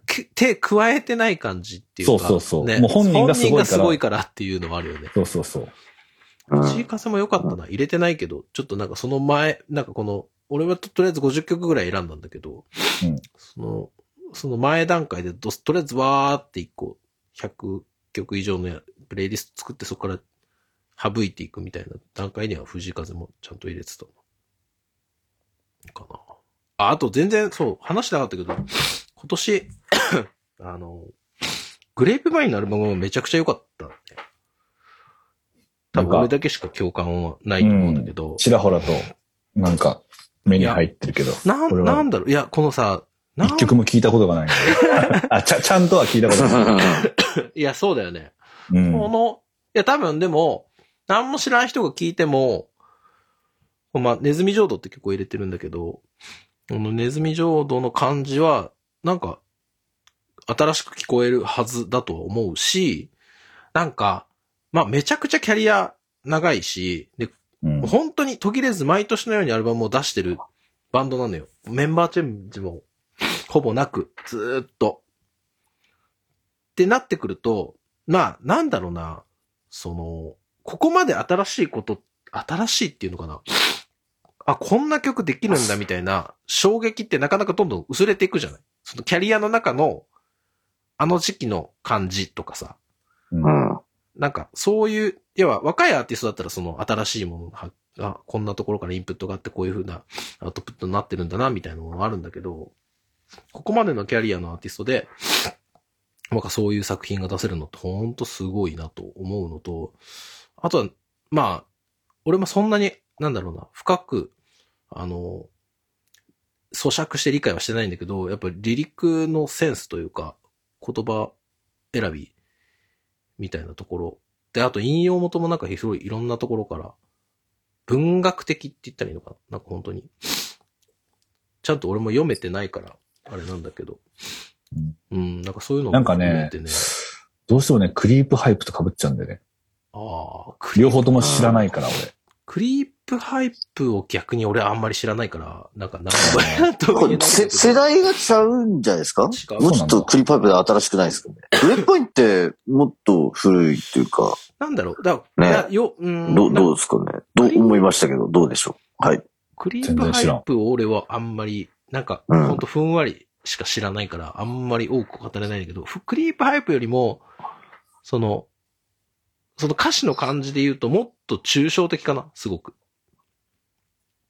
く手加えてない感じっていうか。
そうそうそう
ね、
もう本人がすご
本
いから
人がすごいからっていうのもあるよね。
そうそうそう。
うん
藤井風も良かったな。入れてないけど、ちょっとなんかその前、なんかこの、俺はととりあえず50曲ぐらい選んだんだけど、
うん
その、その前段階でど、とりあえずわーって一個、100曲以上のやプレイリスト作ってそこから省いていくみたいな段階には藤井風もちゃんと入れてたのかな。あ、あと全然そう、話してなかったけど、今年、 あの、グレープバインのアルバムもめちゃくちゃ良かったね。多分
なんか
俺だけしか共感はないと思うんだけど、
ちらほらと、なんか、目に入ってるけど。
な
これ
ん、
は
なんだろう、いや、このさ、な
一
ん
曲も聞いたことがないん だけどあ、ちゃ、ちゃんとは聞いたことない。
いや、そうだよね。
うん。
この、いや、多分でも、何も知らない人が聞いても、まあ、ネズミ浄土って結構入れてるんだけど、このネズミ浄土の感じは、なんか、新しく聞こえるはずだとは思うし、なんか、まあ、めちゃくちゃキャリア長いし、で、
うん
本当に途切れず毎年のようにアルバムを出してるバンドなのよ。メンバーチェンジもほぼなく、ずーっと。ってなってくると、まあ、なんだろうな、その、ここまで新しいこと、新しいっていうのかな。あ、こんな曲できるんだみたいな衝撃ってなかなかどんどん薄れていくじゃないそのキャリアの中の、あの時期の感じとかさ。なんか、そういう、要は若いアーティストだったらその新しいものがが、こんなところからインプットがあってこういう風なアウトプットになってるんだな、みたいなものがあるんだけど、ここまでのキャリアのアーティストで、なんかそういう作品が出せるのってほんとすごいなと思うのと、あとは、まあ、俺もそんなに、なんだろうな、深く、あの、咀嚼して理解はしてないんだけど、やっぱりリリックのセンスというか、言葉選びみたいなところ。で、あと引用元もなんか広いいろんなところから、文学的って言ったらいいのかななんか本当に。ちゃんと俺も読めてないから、あれなんだけど。うん、なんかそういうのも
なんかね
含めて
どうしてもね、クリープハイプと被っちゃうんだよね。
ああ、クリ
両方とも知らないから、俺。
クリープハイプを逆に俺あんまり知らないから、なんか なんとも
こ
言えないけ
れ
ど
せ世代が違うんじゃないですかもうち
違う
ょっとクリープハイプで新しくないですかね。ブレックポイントってもっと古いっていうか、
なんだろう。だから、
ね
いやよ、うん。
どう、
なんか
どうですかね。どう思いましたけど、どうでしょう。はい。
クリープハイプを俺はあんまり、なんか、
うん
ほんとふんわりしか知らないから、あんまり多く語れないんだけど、ふクリープハイプよりも、その、その歌詞の感じで言うともっと抽象的かな、すごく。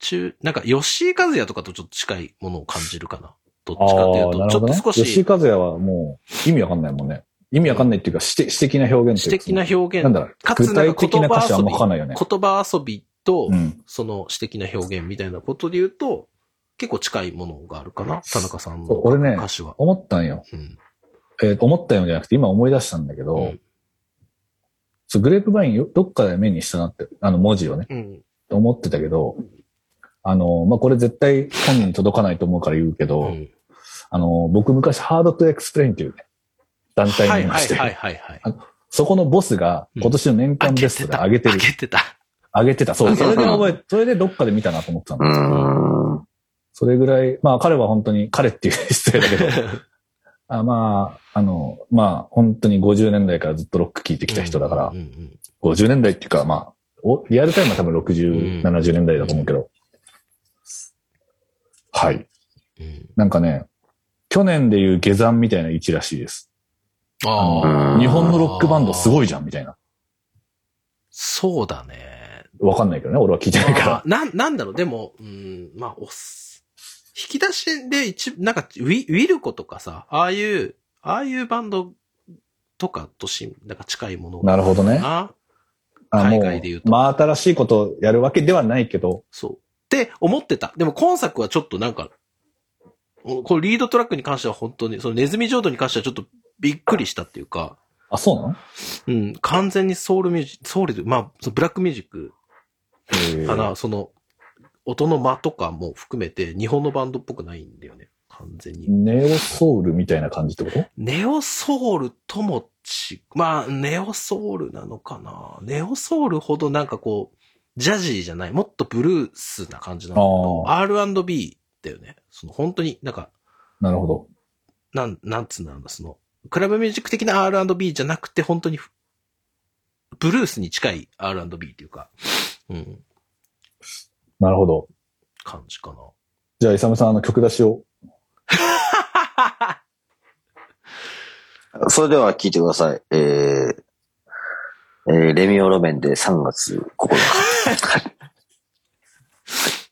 中、なんか、吉井和也とかとちょっと近いものを感じるかな。どっちかっていうと、ちょっと少し。
吉井和也はもう意味わかんないもんね。意味わかんないっていうか、詩的詩的な表現というか
詩的な表現
なんだろう
かつ
具
なん
体
か
的な
言葉
歌詞
遊
はあん
び、
ま書かないよね。
言葉遊びと、
うん。
その詩的な表現みたいなことで言うと、結構近いものがあるかな田中さん
そ
の
う俺ね
歌詞は。
思ったんよ。
うん。
えー思ったよじゃなくて、今思い出したんだけど、
うん
そうグレープバインよどっかで目にしたなって、あの文字をね、
うん。
思ってたけど、あの、まあ、これ絶対本人に届かないと思うから言うけど、
うん
あの、僕昔ハードトエクスプレインっていうね、団体にいまして、
はいはいはいはい。
あそこのボスが今年の年間ベストで上げてる
開。けてた。
上げてた。そう。
上げ
そ
て
れ
た
で覚え、それでどっかで見たなと思ってた
うー
の。
ん。
それぐらい、まあ彼は本当に、彼っていう失礼だけど、 あまあ、あの、まあ本当に50年代からずっとロック聴いてきた人だから
うん、うん
50年代っていうか、まあ、おリアルタイムは多分60、
うん
70年代だと思うけど、はい。
うんうん。
なんかね、去年でいう下山みたいな位置らしいです。
ああ、
あー
日本のロックバンドすごいじゃん、みたいな。
そうだね。
わかんないけどね、俺は聞いてないから。
あーなん、なんだろう、でも、うん、まあ、おっす。引き出しで一、なんか、ウィ、ウィルコとかさ、ああいう、ああいうバンドとかとし、なんか近いものが
なるほどね。
な。
あも
海外で言うと
真新しいことをやるわけではないけど、
そう。って思ってた。でも今作はちょっとなんか、おこのリードトラックに関しては本当に、そのネズミ浄土に関してはちょっとびっくりしたっていうか、
あ、そうなの
うん、完全にソウルミュージック、ソウルで、まあ、そのブラックミュージック
えー
かな、その、音の間とかも含めて日本のバンドっぽくないんだよね。完全に。
ネオソウルみたいな感じってこと
ネオソウルともち、まあ、ネオソウルなのかな。ネオソウルほどなんかこう、ジャジーじゃない、もっとブルースな感じなの。
あ
R&B だよね。その本当になんか、
なるほど。
なん、なんつうんだろうな、その、クラブミュージック的な R&B じゃなくて、本当に、ブルースに近い R&B っていうか、うん、
なるほど。
感じかな。
じゃあ、イサムさん、あの曲出しを。
それでは聞いてください。えーえーレミオロメンで3月9日。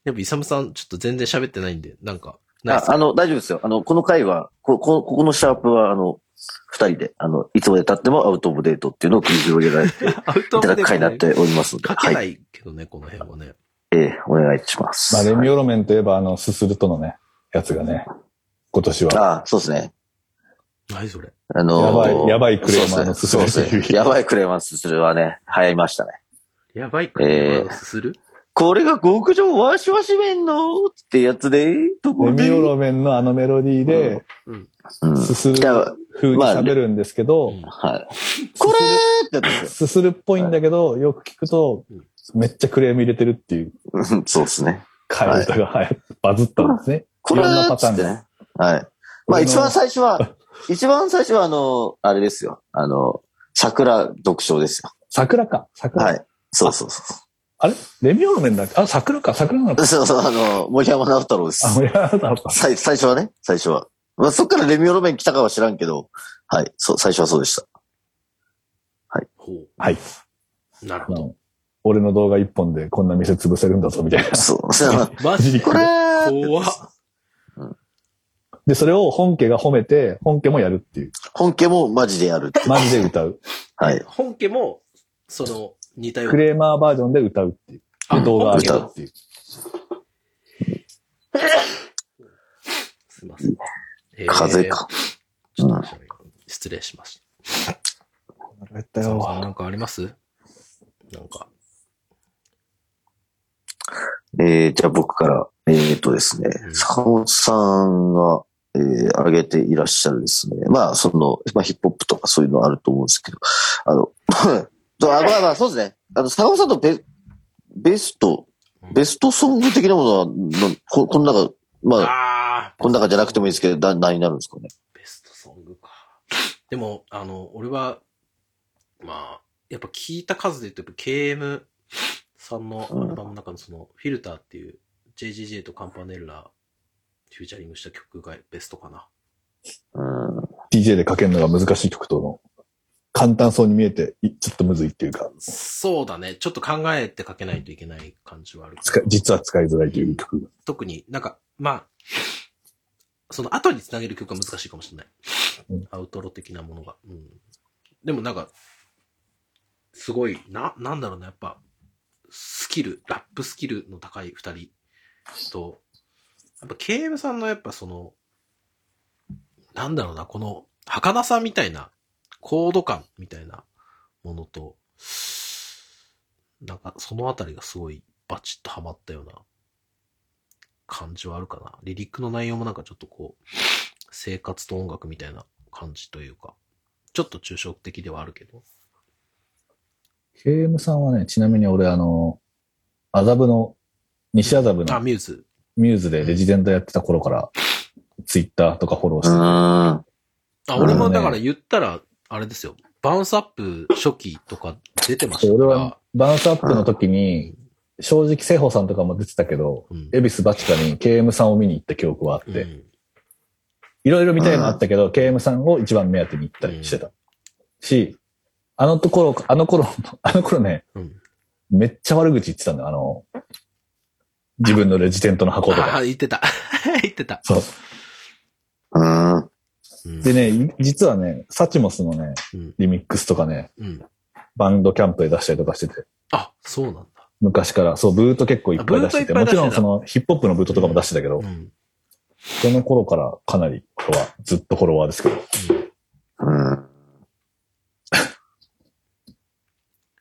やっぱ、イサムさん、ちょっと全然喋ってないんで、なんか、 ないっ
あ
すか
あの、大丈夫ですよ。あの、この回は、こ、こ、ここのシャープは、あの、二人で、あの、いつまで経ってもアウトオブデートっていうのを繰り広げられてい
アウトオブ
ただ
デ
く回になっておりますので。
書け
は。
ないいけどね、この辺はね。
ええ、お願いします。
まあ、レミオロメンといえば、あの、すするとのね、やつがね、今年は。
ああ、そうですね。
何それ。
あのー
やばいやばいクレーマーの
そうですね
すすめ
そうですねやばいクレーマーのすするはね、流行りましたね。
やばいクレーマーをする、
これが極上わしわし麺のってやつで、とこ
レ
ろで
ミオロメンのあのメロディーで、
うん
すする
じゃあ
風に喋るんですけど、
はい。これーってやつです
するっぽいんだけど、よく聞くと
うん、
めっちゃクレーム入れてるっていう
すよ。そうですね。
替え歌が、はい、バズったんですね。
これ
いろんな
ー
パ
っつ
ター
っ
ン
て
が
ね。はい。まあ一番最初は、 一番最初はあの、あれですよ。あの、桜読書ですよ。
桜か。桜。
はい。そうそうそう。
あれレミオロメンだっけあ、桜か。桜なのか。
そうそう、あの、森山直太郎で
あ、
す
も。うやらなかった。
最最初はね、最初は。まあ、そっからレミオロメン来たかは知らんけど、はい、そう、最初はそうでした。
ほ
はい。
う。なる
あ
ほど。
の俺の動画一本でこんな店潰せるんだぞ、みたいな。
そう、そう
マジで
これー
怖っ。
で、それを本家が褒めて、本家もやるっていう。
本家もマジでやるって。
マジで歌う。
はい。
本家も、その、似たよう
ク
な。
レーマーバージョンで歌うっていう。で動画上げるっていう。
すいません。えー
風邪。か。
ちょっと失礼しました。
やった
佐野さんなんかありますなんか。
えー、じゃあ僕から、えーとですね
う、ん
坂本さんが、えー、挙げていらっしゃるですね。まあ、その、まあ、ヒップホップとかそういうのあると思うんですけど、あの、 そうあまあまあ、そうですね。あの、坂本さんとベ、ベスト、ベストソング的なものは、のここの中、まあ、
ああ
この中じゃなくてもいいですけど、だ何になるんですかね。
ベストソングか。でも、あの、俺は、まあ、やっぱ聞いた数で言うと、やっぱ KM さんのアルバムの中のその、フィルターっていう、JGJ とカンパネッラ、フューチャリングした曲がベストかな。
うん。
DJ でかけるのが難しい曲との、簡単そうに見えて、いちょっとむずいっていうか、
そうだね。ちょっと考えて書けないといけない感じはあるけど
使い実は使いづらいという曲が。
特になんか、まあ、その後につなげる曲は難しいかもしれない。
うん
アウトロ的なものが。うん、でもなんか、すごい、な、なんだろうな、やっぱ、スキル、ラップスキルの高い二人と、やっぱ KM さんのやっぱその、なんだろうな、この、儚さみたいな、コード感みたいなものと、なんかそのあたりがすごいバチッとハマったような感じはあるかな。リリックの内容もなんかちょっとこう、生活と音楽みたいな感じというか、ちょっと抽象的ではあるけど。
KM さんはね、ちなみに俺あの、麻布の、西麻布
あ、
の
ミューズ。
ミューズでレジデントやってた頃から、ツイッターとかフォローし
う
て、
ん。
あ、
うん
俺もだから言ったら、あれですよ。バウンスアップ初期とか出てました
俺
か
は
ら。
バウンスアップの時に、正直、セホさんとかも出てたけど、
うん。
恵比寿バチカに KM さんを見に行った記憶はあっ
う
て、
ん
いろいろ見たいのあったけど、KM さんを一番目当てに行ったりしてた。し、あのところ、あの頃、 あの頃ね、
うん。
めっちゃ悪口言ってたんだよ、あの、自分のレジテントの箱と
ああ、
か。
言ってた。 言ってた。
そう。
うん。
うん
でね、い実はね、サチモスのね
うん、
リミックスとかね、
うん。
バンドキャンプで出したりとかしてて、あ
そうなんだ。
昔から、そう、ブート結構いっぱい出してて、
あブー
も
トいっぱい出してた
ちろんそのヒップホップのブートとかも出してたけど
う、ん。
その頃からかなりフォロワー、ずっとフォロワーですけど、
うん。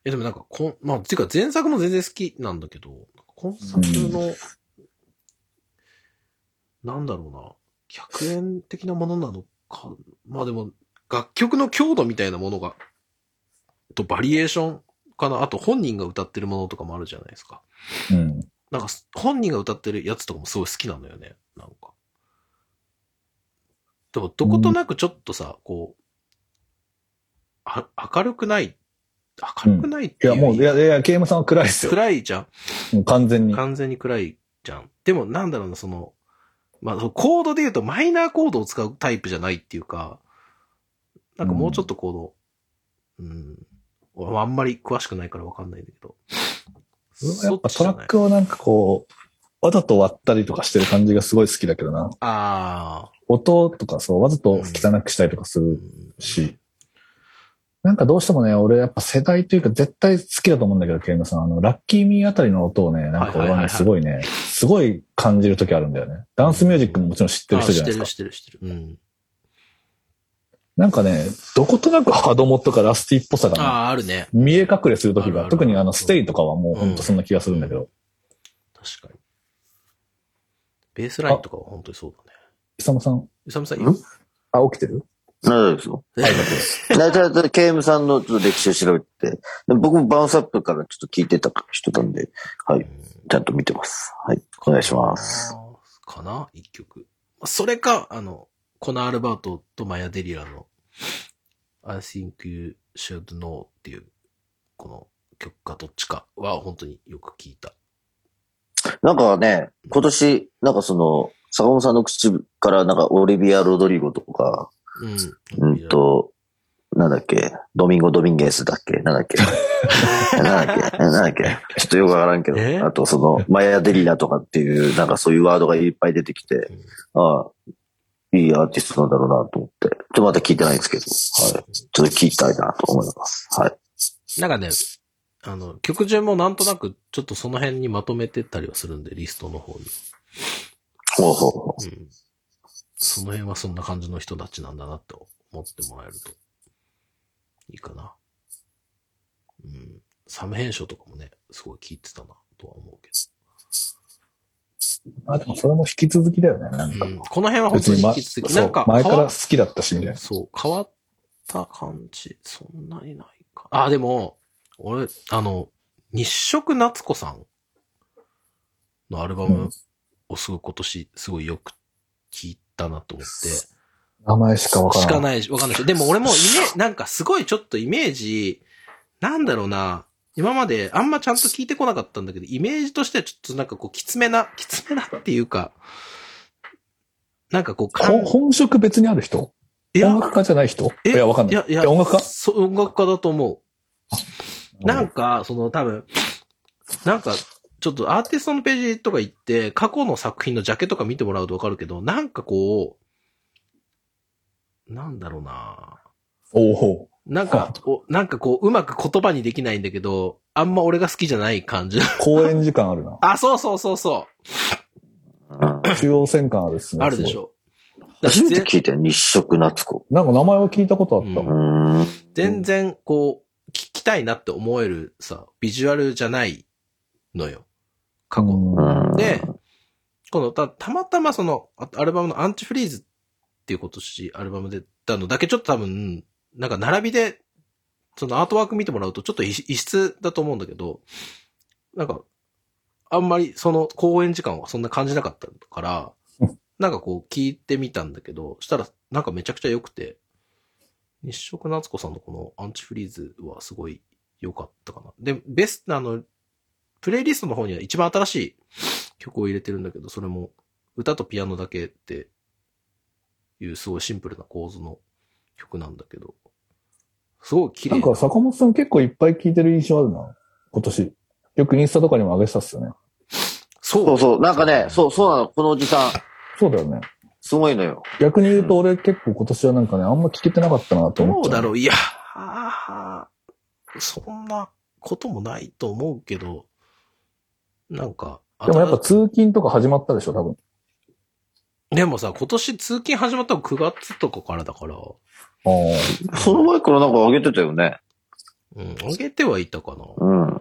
え、でもなんか、こん、まあ、ていうか前作も全然好きなんだけど、今作の、なんだろうな、100円的なものなのか、まあでも、楽曲の強度みたいなものが、とバリエーションかな、あと本人が歌ってるものとかもあるじゃないですか。
うん。
なんか、本人が歌ってるやつとかもすごい好きなのよね、なんか。でも、どことなくちょっとさ、こう、あ、明るくない、明るくないっ
い
ていう
や、
より、
もう、いや、いや、KM さんは暗いですよ。
暗いじゃ
もう完全
ん。
に。
完全に暗いじゃん。でも、なんだろうな、その、まあ、そのコードで言うとマイナーコードを使うタイプじゃないっていうか、なんかもうちょっとこの、うん、俺はあんまり詳しくないからわかんないんだけど。
やっぱト
そ
ラッ
ちじゃない
クをなんかこう、わざと割ったりとかしてる感じがすごい好きだけどな。
ああ。
音とかそう、わざと汚くしたりとかす
う
る
ん
し。なんかどうしてもね、俺やっぱ世代というか絶対好きだと思うんだけど、ケイムさん、あの、ラッキーミーあたりの音をね、なん
は
か俺
いはいは
は
いはい
ね、すごいね、すごい感じる時あるんだよね。ダンスミュージックももちろん知ってる
あ
人じ
知
ゃ
っ
な
て
いです
る、
か。
知ってる、知ってる。うん。
なんかね、どことなくハドモとかラスティっぽさがね、
ああ、あるね。
見え隠れする
あ
時
るあ
が、
る
特にあの、ステイとかはもうほんとそんな気がするんだけど、
確かに。ベースラインとかは本当にそうだね。
久野さん、
うさむさんいる
あ、起きてる
なるですよ。だいたい、ケイムさんのちょっと歴史を調べて、で僕もバウンスアップからちょっと聞いてた人なんで、はい、ちゃんと見てます。はい、お願いします。。
かな一曲。まあそれか、あの、コナー・アルバートとマヤ・デリラの I think you should know っていう、この曲かどっちかは本当によく聞いた。
なんかね、今年、なんかその、坂本さんの口から、なんかオリビア・ロドリゴとか、
う。
うんんと、なんだっけ、ドミンゴ・ドミンゲスだっけなんだっけなんだっけなんだっけちょっとよくわからんけ
え
ど。あと、その、マヤ・デリラとかっていう、なんかそういうワードがいっぱい出てきて、ああ、いいアーティストなんだろうなと思って。ちょっとまだ聞いてないんですけど、はい。ちょっと聞きたいなと思います。はい。
なんかね、あの、曲順もなんとなく、ちょっとその辺にまとめてったりはするんで、リストの方に。
ほうほうほう。
うん。その辺はそんな感じの人たちなんだなって思ってもらえると、いいかな。うん。サム編集とかもね、すごい聞いてたな、とは思うけ
あ、でもそれも引き続きだよね、なん
ど。
か。
うん。この辺は本
別
当に
に、ま、
引き続き、
そ
なん
う
か、
前か
変
ら
わ
好きだったし、みたいな。
そう、変わった感じ、そんなにないか。あ、でも、俺、あの、日食夏子さんのアルバムをすごい今年、すごいよく聞いたなと思って。
名前しかわから
し
ない。
かないし、わか んないし。でも俺もイメ、なんかすごいちょっとイメージ、なんだろうな。今まであんまちゃんと聞いてこなかったんだけど、イメージとしてはちょっとなんかこう、きつめな、きつめなっていうか、なんかこう、かん
ほ本職別にある人
いや
音楽家じゃない人い
え
や、わかんな
い
い。
やいや
音楽家
そう、音楽家だと思う。なんか、その多分、なんか、ちょっとアーティストのページとか行って、過去の作品のジャケとか見てもらうとわかるけど、なんかこう、なんだろうな
おお
なんか、おなんかこう、うまく言葉にできないんだけど、あんま俺が好きじゃない感じ。。
公演時間あるな
あ、そうそうそうそ
うん
中央線感あるっす
う。
ね。
あるでし
すご
ょ。だか
初
ら
めて
ぜ
聞いたよ、日食夏子。
い。なんか名前は聞いたことあった。
う
う
ーん。
全然、こう、聞きたいなって思えるさ、ビジュアルじゃないのよ。過去の。
うん
で、このた、たまたまその、あアルバムのアンチフリーズっていうことし、アルバムで出たのだけちょっと多分、なんか並びで、そのアートワーク見てもらうとちょっと異異質だと思うんだけど、なんか、あんまりその公演時間はそんな感じなかった から
う、
なんかこう聞いてみたんだけど、したらなんかめちゃくちゃ良くて、日食夏子さんのこのアンチフリーズはすごい良かったかな。で、ベスト、あの、プレイリストの方には一番新しい曲を入れてるんだけど、それも歌とピアノだけっていうすごいシンプルな構図の曲なんだけど、すごい綺
な
麗
んか坂本さん結構いっぱい聞いてる印象あるな。今年。よくインスタとかにも上げてたっすよね。
そ
そうそう、なんかね、そう、そうなの、このおじさん、
そうだよね。
すごいのよ。
逆に言うと俺結構今年はなんかね、あんま聞けてなかったなと思
ど
っ
う
ちゃ
だ
う。
ろういや、あーそんなこともないと思うけど、なんか、
でもやっぱ通勤とか始まったでしょ、多分。
でもさ、今年通勤始まったの9月とかからだから、
あー
その前からなんか上げてたよね。
うん、上げてはいたかな。
うん。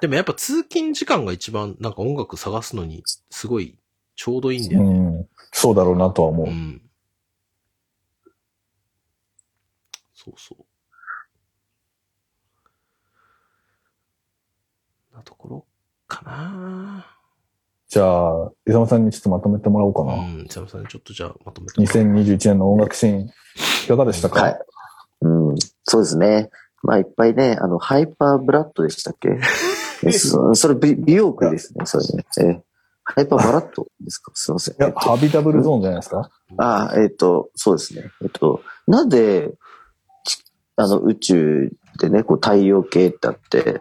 でもやっぱ通勤時間が一番なんか音楽探すのにすごいちょうどいいんだよね
うん。そうだろうなとは思う
う。ん。そうそう。なところかな
じゃあ、伊沢さんにちょっとまとめてもらおうか
う
な。
ん。久々にちょっとじゃあまとめてもらおう。
2021年の音楽シーン、いかがでしたか、
はい。うん。そうですね。まあ、いっぱいね、あの、ハイパーブラッドでしたっけえそそれ美、美容区ですね、それね。えーハイパーバラッドですかすいません。
い
え
や
っ、と
ハビタブルゾーンじゃないですか
ああ、えっ、と、そうですね。えっ、と、なぜ、ちあの、宇宙でね、こう、太陽系ってあって、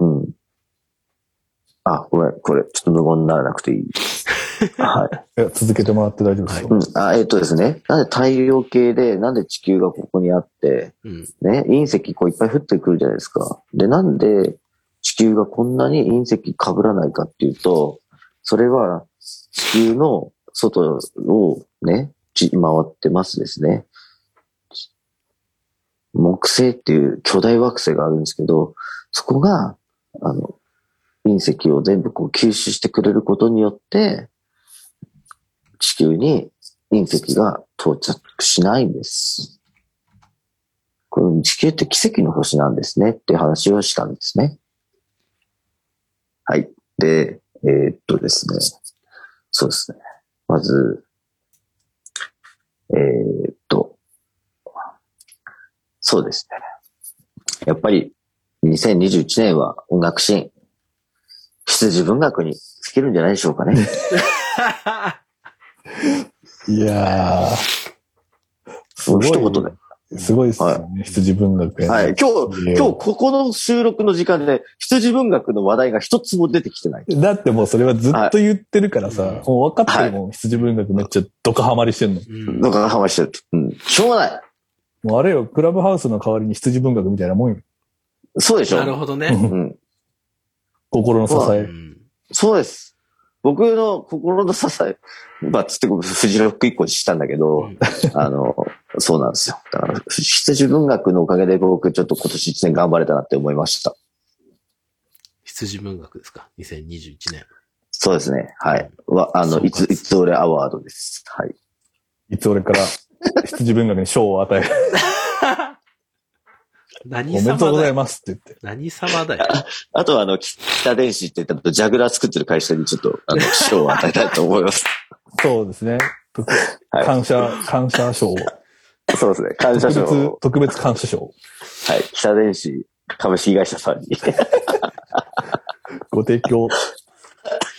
うん。あ、ごめん、これ、ちょっと無言にならなくていい。はい。
いや続けてもらって大丈夫ですよ。
うん、あえっ、とですね、なんで太陽系で、なんで地球がここにあって、
うん。
ね、隕石こういっぱい降ってくるじゃないですか。で、なんで地球がこんなに隕石被らないかっていうと、それは地球の外をね、じ回ってますですね。木星っていう巨大惑星があるんですけど、そこが、あの、隕石を全部こう吸収してくれることによって、地球に隕石が到着しないんです。この地球って奇跡の星なんですねっていう話をしたんですね。はい。で、えーっとですね。そうですね。まず、えーっと、そうですね。やっぱり、2021年は音楽シーン、羊文学に尽きるんじゃないでしょうかね。
いやー。す
一言で。
すごいですよね。羊文学やな
はい。今日、今日ここの収録の時間で、羊文学の話題が一つも出てきてない。
だってもうそれはずっと言ってるからさ、
はい
もう分かってるもん、羊文学めっちゃドカハマりしてんの。
うん
のがハマしてると。うん。しょうがない。
もうあれよ、クラブハウスの代わりに羊文学みたいなもんよ。
そうでしょ
なるほどね。
うん。
心の支
う
え。
ん。
そうです。僕の心の支え、まあ、つってフジロック一個にしたんだけど、
うん
あの、そうなんですよ。だから、羊文学のおかげで僕、ちょっと今年一年頑張れたなって思いました。
羊文学ですか ?2021 年。
そうですね。はい。は、あ
そ
の、
うか
いつ、いつ俺アワードです。はい。
いつ俺から羊文学に賞を与える。お
何
めでと
様
うござ
だ
い
よ。
ますって言って。
何様だよ。
あとは、あの、北電子って言ったと、ジャグラー作ってる会社にちょっと、あの、賞を与えたいと思 います。
そうですね。特
はい
感謝、感謝賞。
そうですね。感謝
特
賞
別
を、、
特別感謝賞。
はい。北電子株式会社さんに。
ご提供。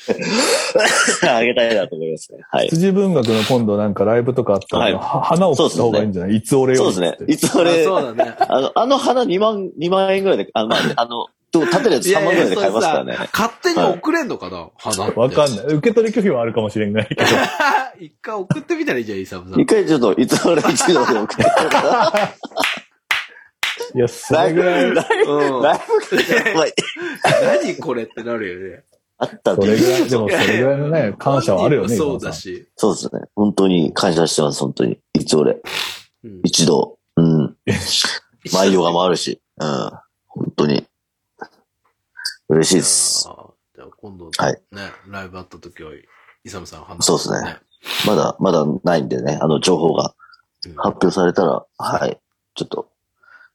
あげたいなと思いますね。はい。
羊文学の今度なんかライブとかあったら、
はい
は花を送った方がいいんじゃない、いつ俺よ
そう
り
ですね
っ。て
いつ俺、
あ
あ
そうだね。
の、あの花2万、二万円ぐらいで、あの、まあ、あの、どう立てるやつ
い
3
や
万
い
ぐ
や
らいで買えますからね
そ。れさ勝手に送れんのかな花って。
わかんない。受け取り拒否はあるかもしれないけど。
い。 一回送ってみたらいいじゃん、イサムさん
一。回ちょっと、いつ俺一度で送って。
いや、それぐらい、
うん
ライブやばい。
何これってなるよね。
あった
そ
と
れぐら
い
い、
う。
でもそれぐらいのね、感謝はあるよね、
そう
今
だ
さ
し。
そうですね。本当に感謝してます、本当に。いつ俺、
うん
一度。うん。毎度が回るし。うん。本当に。嬉しいです。
あーじゃあ今度、
はい
ね、ライブあった時は、イサムさん話
そうですね。まだ、まだないんでね、あの、情報が
うん
発表されたら、はい。ちょっと、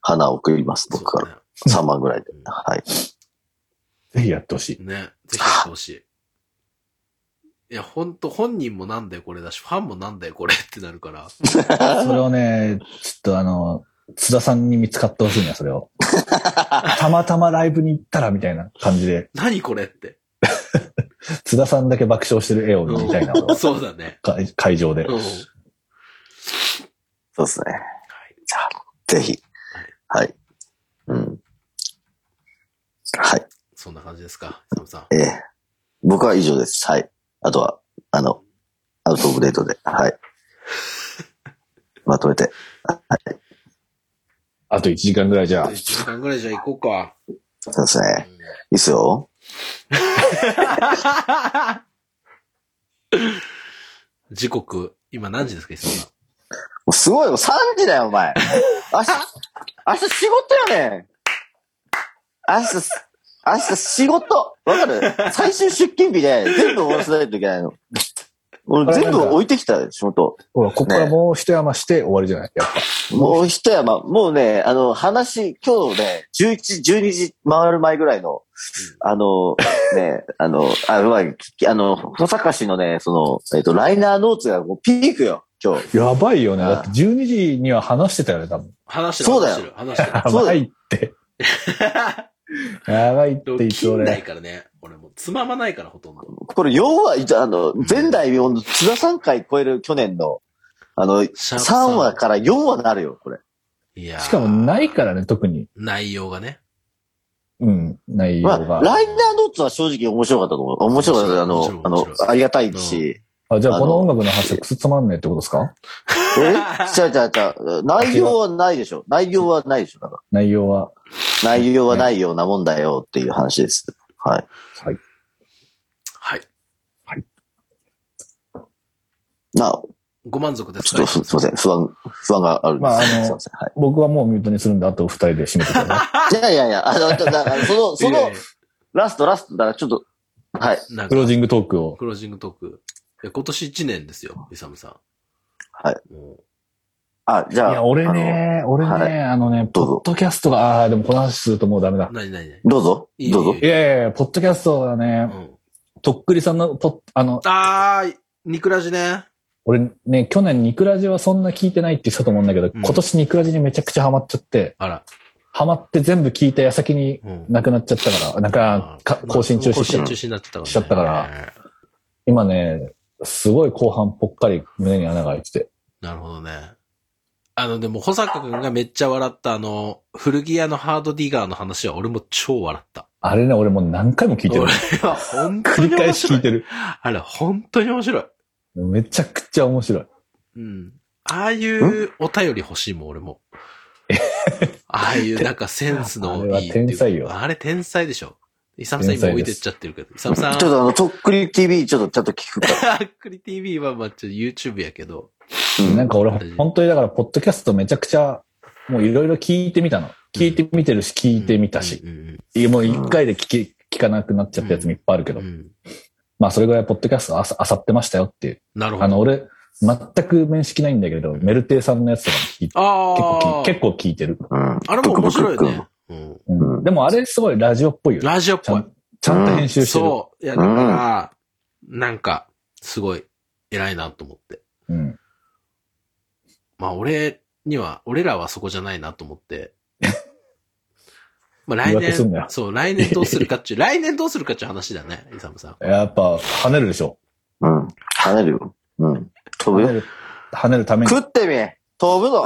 花を送ります、僕から。3万ぐらいで。はい。
ぜひやってほしい。
ね。ね。ぜひやってほしい。いや、ほんと、本人もなんだよこれだし、ファンもなんだよこれってなるから。
それをね、ちょっとあの、津田さんに見つかってほしいな、そ れを。たまたまライブに行ったら、みたいな感じで、
何これって。
津田さんだけ爆笑してる絵を見たいな、
うん そうだね。
会会場で
う。んはい。
そうですね。ぜひ。はい。うん。はい。
そんな感じですか、イサムさん。
ええ僕は以上です。はい。あとは、あの、アウトオブデートで、はい。まとめて。
あと1時間ぐらいじゃあ
1。時間ぐらいじゃあ行こうか。
そうです
う
ね。
ん
いいっすよ。
時刻、今何時ですか、イサムさん。
もうすごいよ、もう3時だよ、お前。明日、明日仕事やねん。明日、明日仕事。わかる最終出勤日で全部終わらせないといけないの。俺全部置いてきた、仕事。
ほら、ここからもう一山して終わりじゃないやっ
もう一山、もうね、あの、話、今日ね、11時、12時回る前ぐらいの、あの、ね、あの、あ、うまい、きあの、保坂市のね、その、えっと、ライナーノーツがもうピークよ、今日。
ぱ。やばいよね。
ああ
だって12時には話してたよね、多分。
話してる。
そうだよ
話してる。話してる。
や
そうだ
ば
よ
いって。 やばいっ
で
て
も
言って
金ない
俺。
からね、俺もうつままないからほとんど。
これ、要は、いあの、前代未聞の津田3回超える去年の、あの、
シャープ
3話から4話になるよ、これ。
いやー
しかもないからね、特に。
内容がね。
うん、内容
まあ、
が。
ライナーノーツは正直面白かったと思う。面白かった。あ
面白い
の、あ
面
の
白い、
ありがたいし。
あ、じゃあ
あ
こ
の
の音楽の話はくすつまんねえってことですか
えちゃうちゃうちゃう。内容はないでしょ。内容はないでしょ。だか
内容は。
ら内容はないようなもんだよっていう話です。はい。
はい。
はい。
まあ、
ご満足です
ちょ
か
っとすすいません。不安、不安があるんです。
まああの
すいません。は
僕はもうミュートにするんで、あと二人で締めてく ださい。
い。いやいやいや、あの、だからその、そ
いや
の
いや、
ラストラストだからちょっと、はい。
なん
ク
か
ロージングトークを。
クロージングトーク。いや今年1年ですよ、イサムさん。
はい
もう。
あ、じ
い
ゃあ。
や、俺ね、俺ね、
はい
あのね、ポ
どうぞ
ッドキャストが、ああー、でもこの話するともうダメだ
な。になになに
あの。どうぞ。
いいよ
どうぞ
いい
い
よ
やいやいや、ポッドキャストが
う
ね、
ん。
とっくりさんのポッ、あの、
あー、ニクラジね。
俺ね、去年ニクラジはそんな聞いてないって言ってたと思うんだけど、
うん
今年ニクラジにめちゃくちゃハマっちゃって、
あら。
ハマって全部聞いた矢先に
うん
なくなっちゃったから、なんか、か更新中止
更
しち
新
ゃっ
中
た
止になってたからね。
しちゃったから今ね、すごい後半ぽっかり胸に穴が開いてて。
なるほどね。あの、でも、保坂くんがめっちゃ笑った、あの、古着屋のハードディガーの話は俺も超笑った。
あれね、俺もう何回も聞いてる
俺。は本当
繰
に
り
面
返し
白
聞
い。
いてる。
あれ、本当に面白い。
めちゃくちゃ面白い。
うん。ああいうお便り欲しいもん、俺 も。ああいう、なんかセンスのいいっていう
あれは天才よ
あれ天才でしょ。イサムさん今
天才
置い
です
てっちゃってるけど。イサムさん
ちょっ、とあの、とっくり TV ちょっとちゃんと聞くから。
クリ TV はまあちょっと YouTube やけど。
うん
なんか俺、本当にだから、ポッドキャストめちゃくちゃ、もういろいろ聞いてみたの。聞いてみてるし、聞いてみたし
う。ん。
もう一回で聞き、聞かなくなっちゃったやつもいっぱいあるけ
うん
ど
う。ん。
まあ、それぐらいポッドキャストあさ、あさってましたよっていう。
なるほど。
あの、俺、全く面識ないんだけど、メルテイさんのやつとかも聞いて、結構
あ
聞
あ。
結構聞いてる。
うん。
あれも面白いよ
ブクブク
ね。うん。
うん
うん
でもあれすごいラジオっぽいよね。
ラジオっ
ちゃ
ぽい。
んちゃんと編集してる。
そう。いや、だから、なんか、すごい、偉いなと思って。
うん。
まあ、俺には、俺らはそこじゃないなと思 って。まあ、来
言い訳すんな
年
よ、
そう、来年どうするか っちゅう、来年どうするかっちゅう話だね、イサムさん。
やっぱ、跳ねるでしょ。
うん。うん。跳ねるよ。うん。飛
跳
ぶ
ね
よ。
る、跳ねるために
食。ってみ飛ぶぞ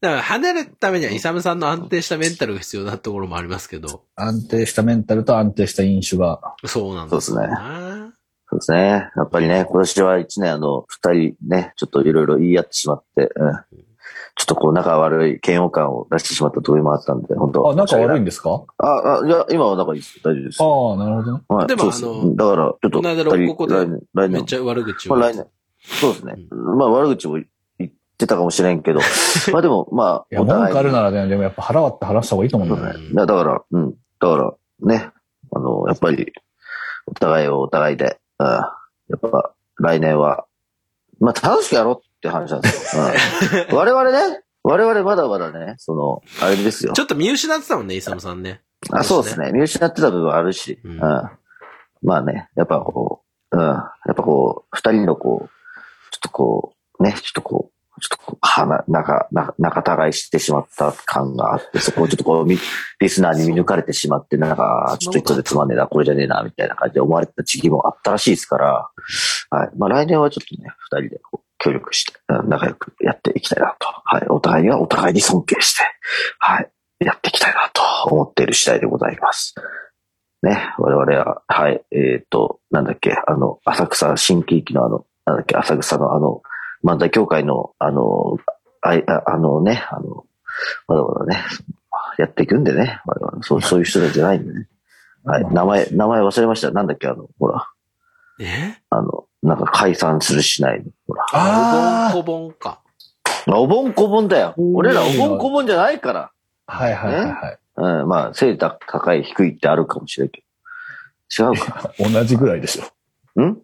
だから、離れるためには、イサムさんの安定したメンタルが必要なところもありますけど、
安定したメンタルと安定した飲酒が。
そうなんですよな。
そうですね。やっぱりね、今年は一年あの、二人ね、ちょっといろいろ言い合ってしまって、うん。ちょっとこう、仲悪い嫌悪感を出してしまったところもあったんで、本当
あ、仲悪い
い
んですか
あ、あ、いや、今は仲いいです。大丈夫です。
ああ、なるほどね。
はい
でも
そうす
あの
うんだから、ちょっと、
この間六個で
来年、来
めっ
年
ちゃ悪口
ま
を。
あ来年。そうですね。まあ悪口も言ってたかもしれんけど、まあでも、ま
い
あ、
や、
お互いに
文句あるならね、でもやっぱ腹割って話した方がいいと思うんだよね。
うん
だだから、うん。だから、ね。あの、やっぱり、お互いをお互いで、うん。やっぱ、来年は、まあ、楽しくやろうって話なんですよ。うん、我々ね、我々まだまだね、その、あれですよ
ち。ょっと見失ってたもんね、イサムさんね。
あ、そうですね。見失ってた部分あるし、
う
うんん。まあね、やっぱこう、うん。やっぱこう、二人のこう、ちょっとこう、ね、ちょっとこう、ちょっとこう、はな、仲、仲、仲違いしてしまった感があって、そこをちょっとこう、みリスナーに見抜かれてしまって、なんか、ちょっと一個でつまんねえな、これじゃねえな、みたいな感じで思われてた時期もあったらしいですから、はい。まあ来年はちょっとね、二人でこう協力して、うん仲良くやっていきたいなと。はい。お互いにはお互いに尊敬して、はい。やっていきたいなと思っている次第でございます。ね、我々は、はい、えっ、と、なんだっけ、あの、浅草新喜劇のあの、なんだっけ、浅草のあの、漫才協会の、あの、あいああのね、あの、まだまだね、やっていくんでね、我々そうそういう人たちじゃないんでね。はい、名前、名前忘れました。なんだっけ、あの、ほら、
え
あの、なんか解散するしないの、ほら。
あー
おぼんこぼんか。
おぼんこぼんだよ。
うん
俺らおぼんこぼんじゃないから。
はいはいはいはい。
うん、まあ、背高い、低いってあるかもしれんけど。違うか。
同じぐらいでしょ。
ん
うん。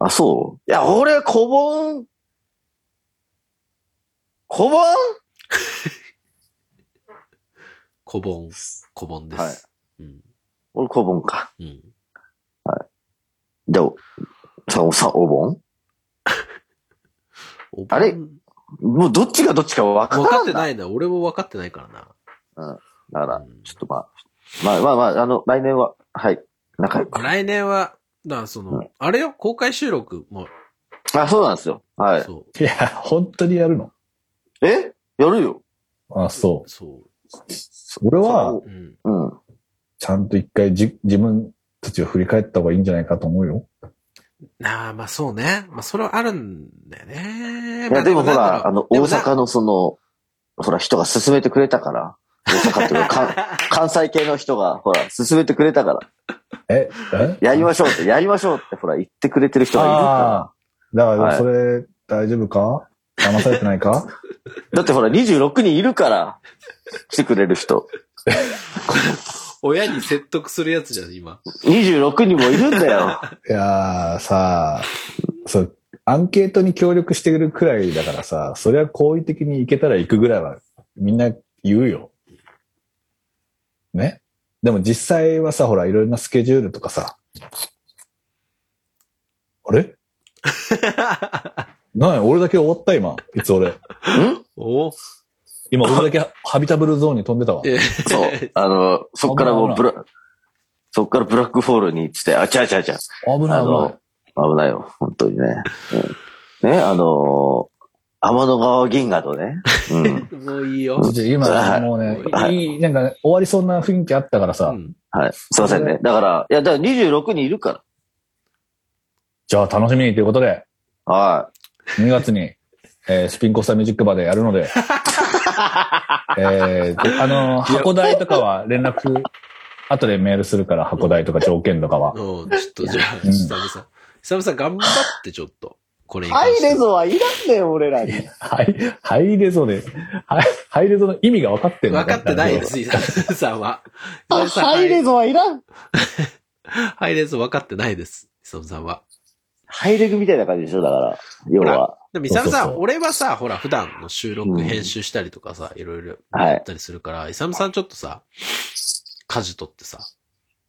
あ、そういや、俺、こぼん。こぼん
こぼん、こぼんです。
はい
うん。
俺、こぼんか。
うん。
でも、さ、おさ、おぼん
おぼん
あれもう、どっちがどっちか分からん
分
な。
かってないな。俺も分かってないからな。
だから
う、ん
ちょっとまあ、まあまあまあ、あの、来年は、はい、仲良く。
来年は、だからその、
うん
あれよ、公開収録も、
あ、そうなんですよ。はい。
そ、
いや、本当にやるの
えやるよ。
あ、そう。
そう
俺は
そ、
う、うん。
う。うん。
ちゃんと一回じ、自分たちを振り返った方がいいんじゃないかと思うよ。
ああ、まあそうね。まあそれはあるんだよね。
いや、でもほら、あの、大阪
の。
のその、ほら、人が勧めてくれたから。大阪っていうか、か 関西系の人が、ほら、勧めてくれたから。
ええ
やりましょうって、やりましょうって、ほら、言ってくれてる人がいる
あ
か
あ。だから、
はい
それ、大丈夫か騙されてない か
ら。だってほら、26人いるから、来てくれる人。
親に説得するやつじゃん、今。
26人もいるんだ よ。
いやー、さあ、そう、アンケートに協力してくるくらいだからさ、それは好意的に行けたら行くぐらいは、みんな言うよ。ねでも実際はさ、ほら、いろいろなスケジュールとかさ、あれなに俺だけ終わった今。いつ俺。
ん
お
今俺だけハビタブルゾーンに飛んでたわ。
え
そう。あの、そっからもうブラ、そっからブラックホールに行ってて、あ、ちゃうちゃうちゃう。
危な
あ
い危ない
の。、危ないよ、本当にね。うんね、あの天の川銀河とね。 うん。
もういいよ。
ちょ今、
はい
もうね、
はい
いい、なんかね、終わりそうな雰囲気あったからさ、
うん
はい。すいませんね。だから、いや、だから26人いるか
じゃあ楽しみにということで、
ら。は
2月に、えースピンコスタミュージックバーでやるの で、えーあの、箱代とかは連絡、後でメールするから、箱代とか条件とかは。
うん、ちょっとじゃあ、
うん
久々。久々頑張って、ちょっと。これ
い。
に関して
はいらんねよ、俺らに。
はい、入れそうで、はい、入れそうの意味が分かってんの
分かってないよ、
す。
水産さんは。水産さん入れ
ゾはい らん。
入れず分かってないです、水産さんは。
ハイレグみたいな感じでしょ、だから。要は。
でも、イサムさ
そうそうそ
ん、
う
俺はさ、ほら、普段の収録
うん
編集したりとかさ、いろいろ
はい
やったりするから、イサムさんちょっとさ、舵取ってさ、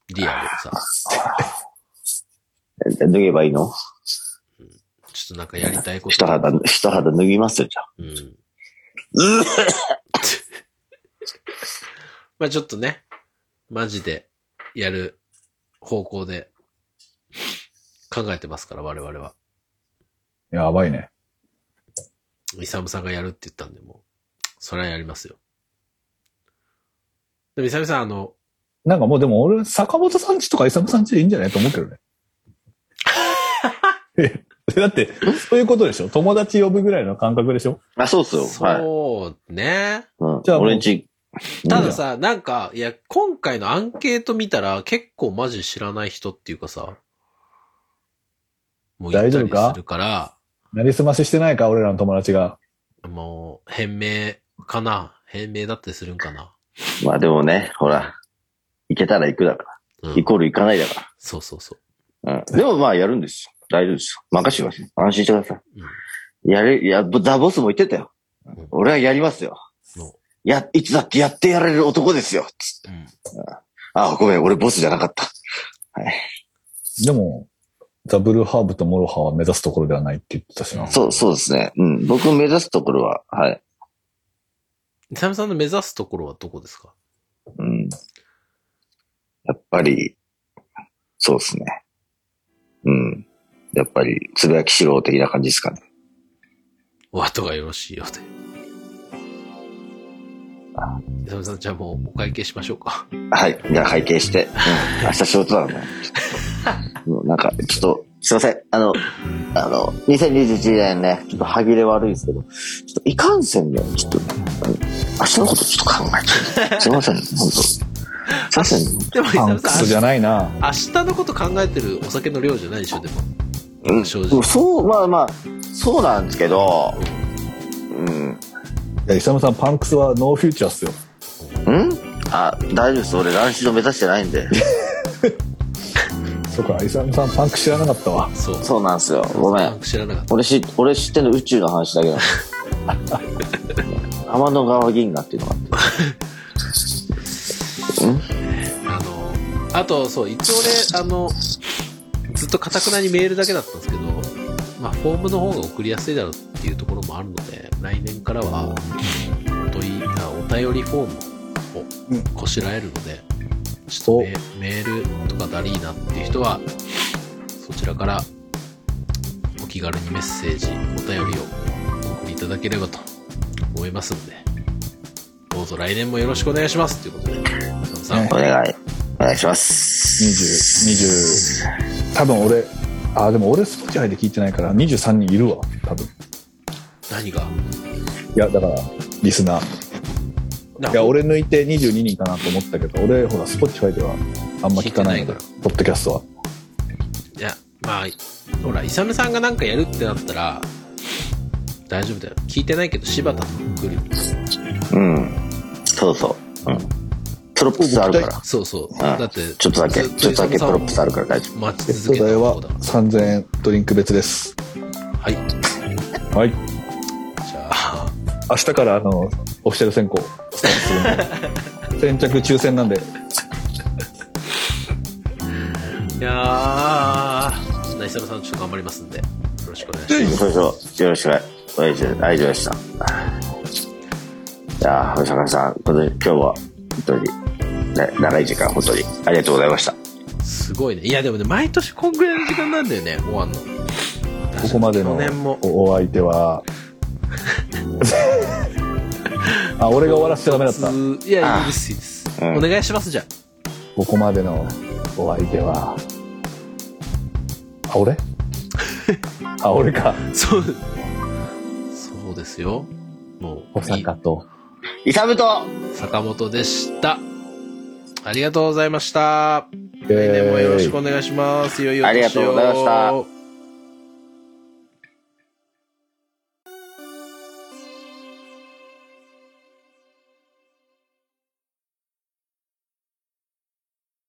リアルでさ、
脱げばいいの
ちょっとなんかやりたいこと。
一肌、一肌脱ぎますよ、じゃあ。
うん。
うっ
まあちょっとね、マジでやる方向で考えてますから、我々は。
やばいね。
イサムさんがやるって言ったんで、もう、それはやりますよ。でも、イサムさん、あの、
なんかもうでも俺、坂本さんちとか勇さんちでいいんじゃないと思うけ どね。えだって、そういうことでしょ友達呼ぶぐらいの感覚でしょ
あ、そうっすよ。はい。
そうね。
うん、
じゃあもう
俺んち。
たださ、なんか、いや、今回のアンケート見たら、結構マジ知らない人っていうかさ、もういたり
大丈夫か
するから、
なりすまししてないか俺らの友達が。
もう、変名かな変名だったりするんかな、
まあでもね、ほら、行けたら行くだから。
うん
イ、コール行かないだか
そうそうそう。
ら。うん。でもまあやるんですよ。大丈夫ですよ。任せてください。安心してくださ
うん
い。やれ、いや、ザボスも言ってたよ。
ん
俺はやりますよ。
の
や、いつだってやってやれる男ですよ。つって
うん
あ、ごめん、俺ボスじゃなかった。
でも、ダブルハーブとモロハは目指すところではないって言ってた しな。
そう、そうですね。うん。僕目指すところは、はい。
イサムさんの目指すところはどこですか
うん。やっぱり、そうですね。うん。やっぱり、つぶやきしろう的な感じですかね。
お後がよろしいようで。イサムさん、じゃあもうお会計しましょうか。
はい。じゃあ、拝見して。うん。明日仕事なのね。もうなんか、ちょっと、すいません。あの、あの、2021年ね、ちょっと歯切れ悪いですけど、ちょっといかんせんね、ちょっと、あの明日のことちょっと考えて。すいません、本当すいません。
でも、イサ
パ
ム
ンクソじ
さ
ゃ
ん、
ないな。
明日のこと考えてるお酒の量じゃないでしょ、でも。
うん、
正直
そう、まあまあ、そうなんですけど、うん。
いや、イサムさん、パンクスはノーフューチャーっすよ。
うんあ、大丈夫です。俺、乱視の目指してないんで。
そうか、イサムさん、パンク知らなかったわ。
そう。
そうなんですよ。ごめん。
知らなかった。
俺知、俺知ってるの宇宙の話 だけなの。天の川銀河っていうのがあって。
あの、あと、そう、一応ね、あの、ずっとかたくなにメールだけだったんですけど、まあ、フォームの方が送りやすいだろうっていうところもあるので、来年からは、お問い、あお便りフォームをこしらえるので、ちょっとメメールとかだりーなっていう人は、そちらからお気軽にメッセージ、お便りをお送りいただければと思いますので、どうぞ来年もよろしくお願いしますということで、中野さん、
ね
お願い。お願いします。
20、20、多分俺、あ、でも俺 Spotify で聞いてないから23人いるわ、多分。
何が
いや、だから、リスナー。いや、俺抜いて22人かなと思ったけど、俺、ほら、Spotify ではあんま聞かないので、
聞いて
ポッドキャストは。
いや、まあ、ほら、イサムさんがなんかやるってなったら、大丈夫だよ。聞いてないけど、柴田と来るよ。
うん。そうそう。うん。プロップスあるから。
そうそう。
ああ
だって、
ちょっとだけ、
ず
ちょっとだけ
イサムさ
プ
ん
ロ
を
ップスあるから大丈
待ち
ゲット
続けた
代は
男だか
3000円、ドリンク別です。
ら。はい。じ
はい。
ゃあ、
明日から、あの、オフィシャル選考、スタートするんで、 先着抽選なんで、
いやー、ナイサムさんちょっと頑張りますんで、よろしくお願いします。
夫。そうそう。よろしくお願いお願いします。愛情でした。じゃあ、お坂さん、本当に今日は、本当に、ね、長い時間、本当に、ありがとうございました。
すごいね。いや、でもね、毎年こんぐらいの時間なんだよね、終わんの。
ここまでの
去年も。
おお相 手は、あ、俺が終わらせちゃダメだった。
いや、いいです、いいです。
うん
お願いします、じゃあ。
ここまでのお相手は、あ、俺あ、俺か。
そう。そうですよ。もう、
お坂と。
イサムと、
坂本でした。ありがとうございました。
え
来年もよろしくお願いします。いよいよ
ありがとうございました
年を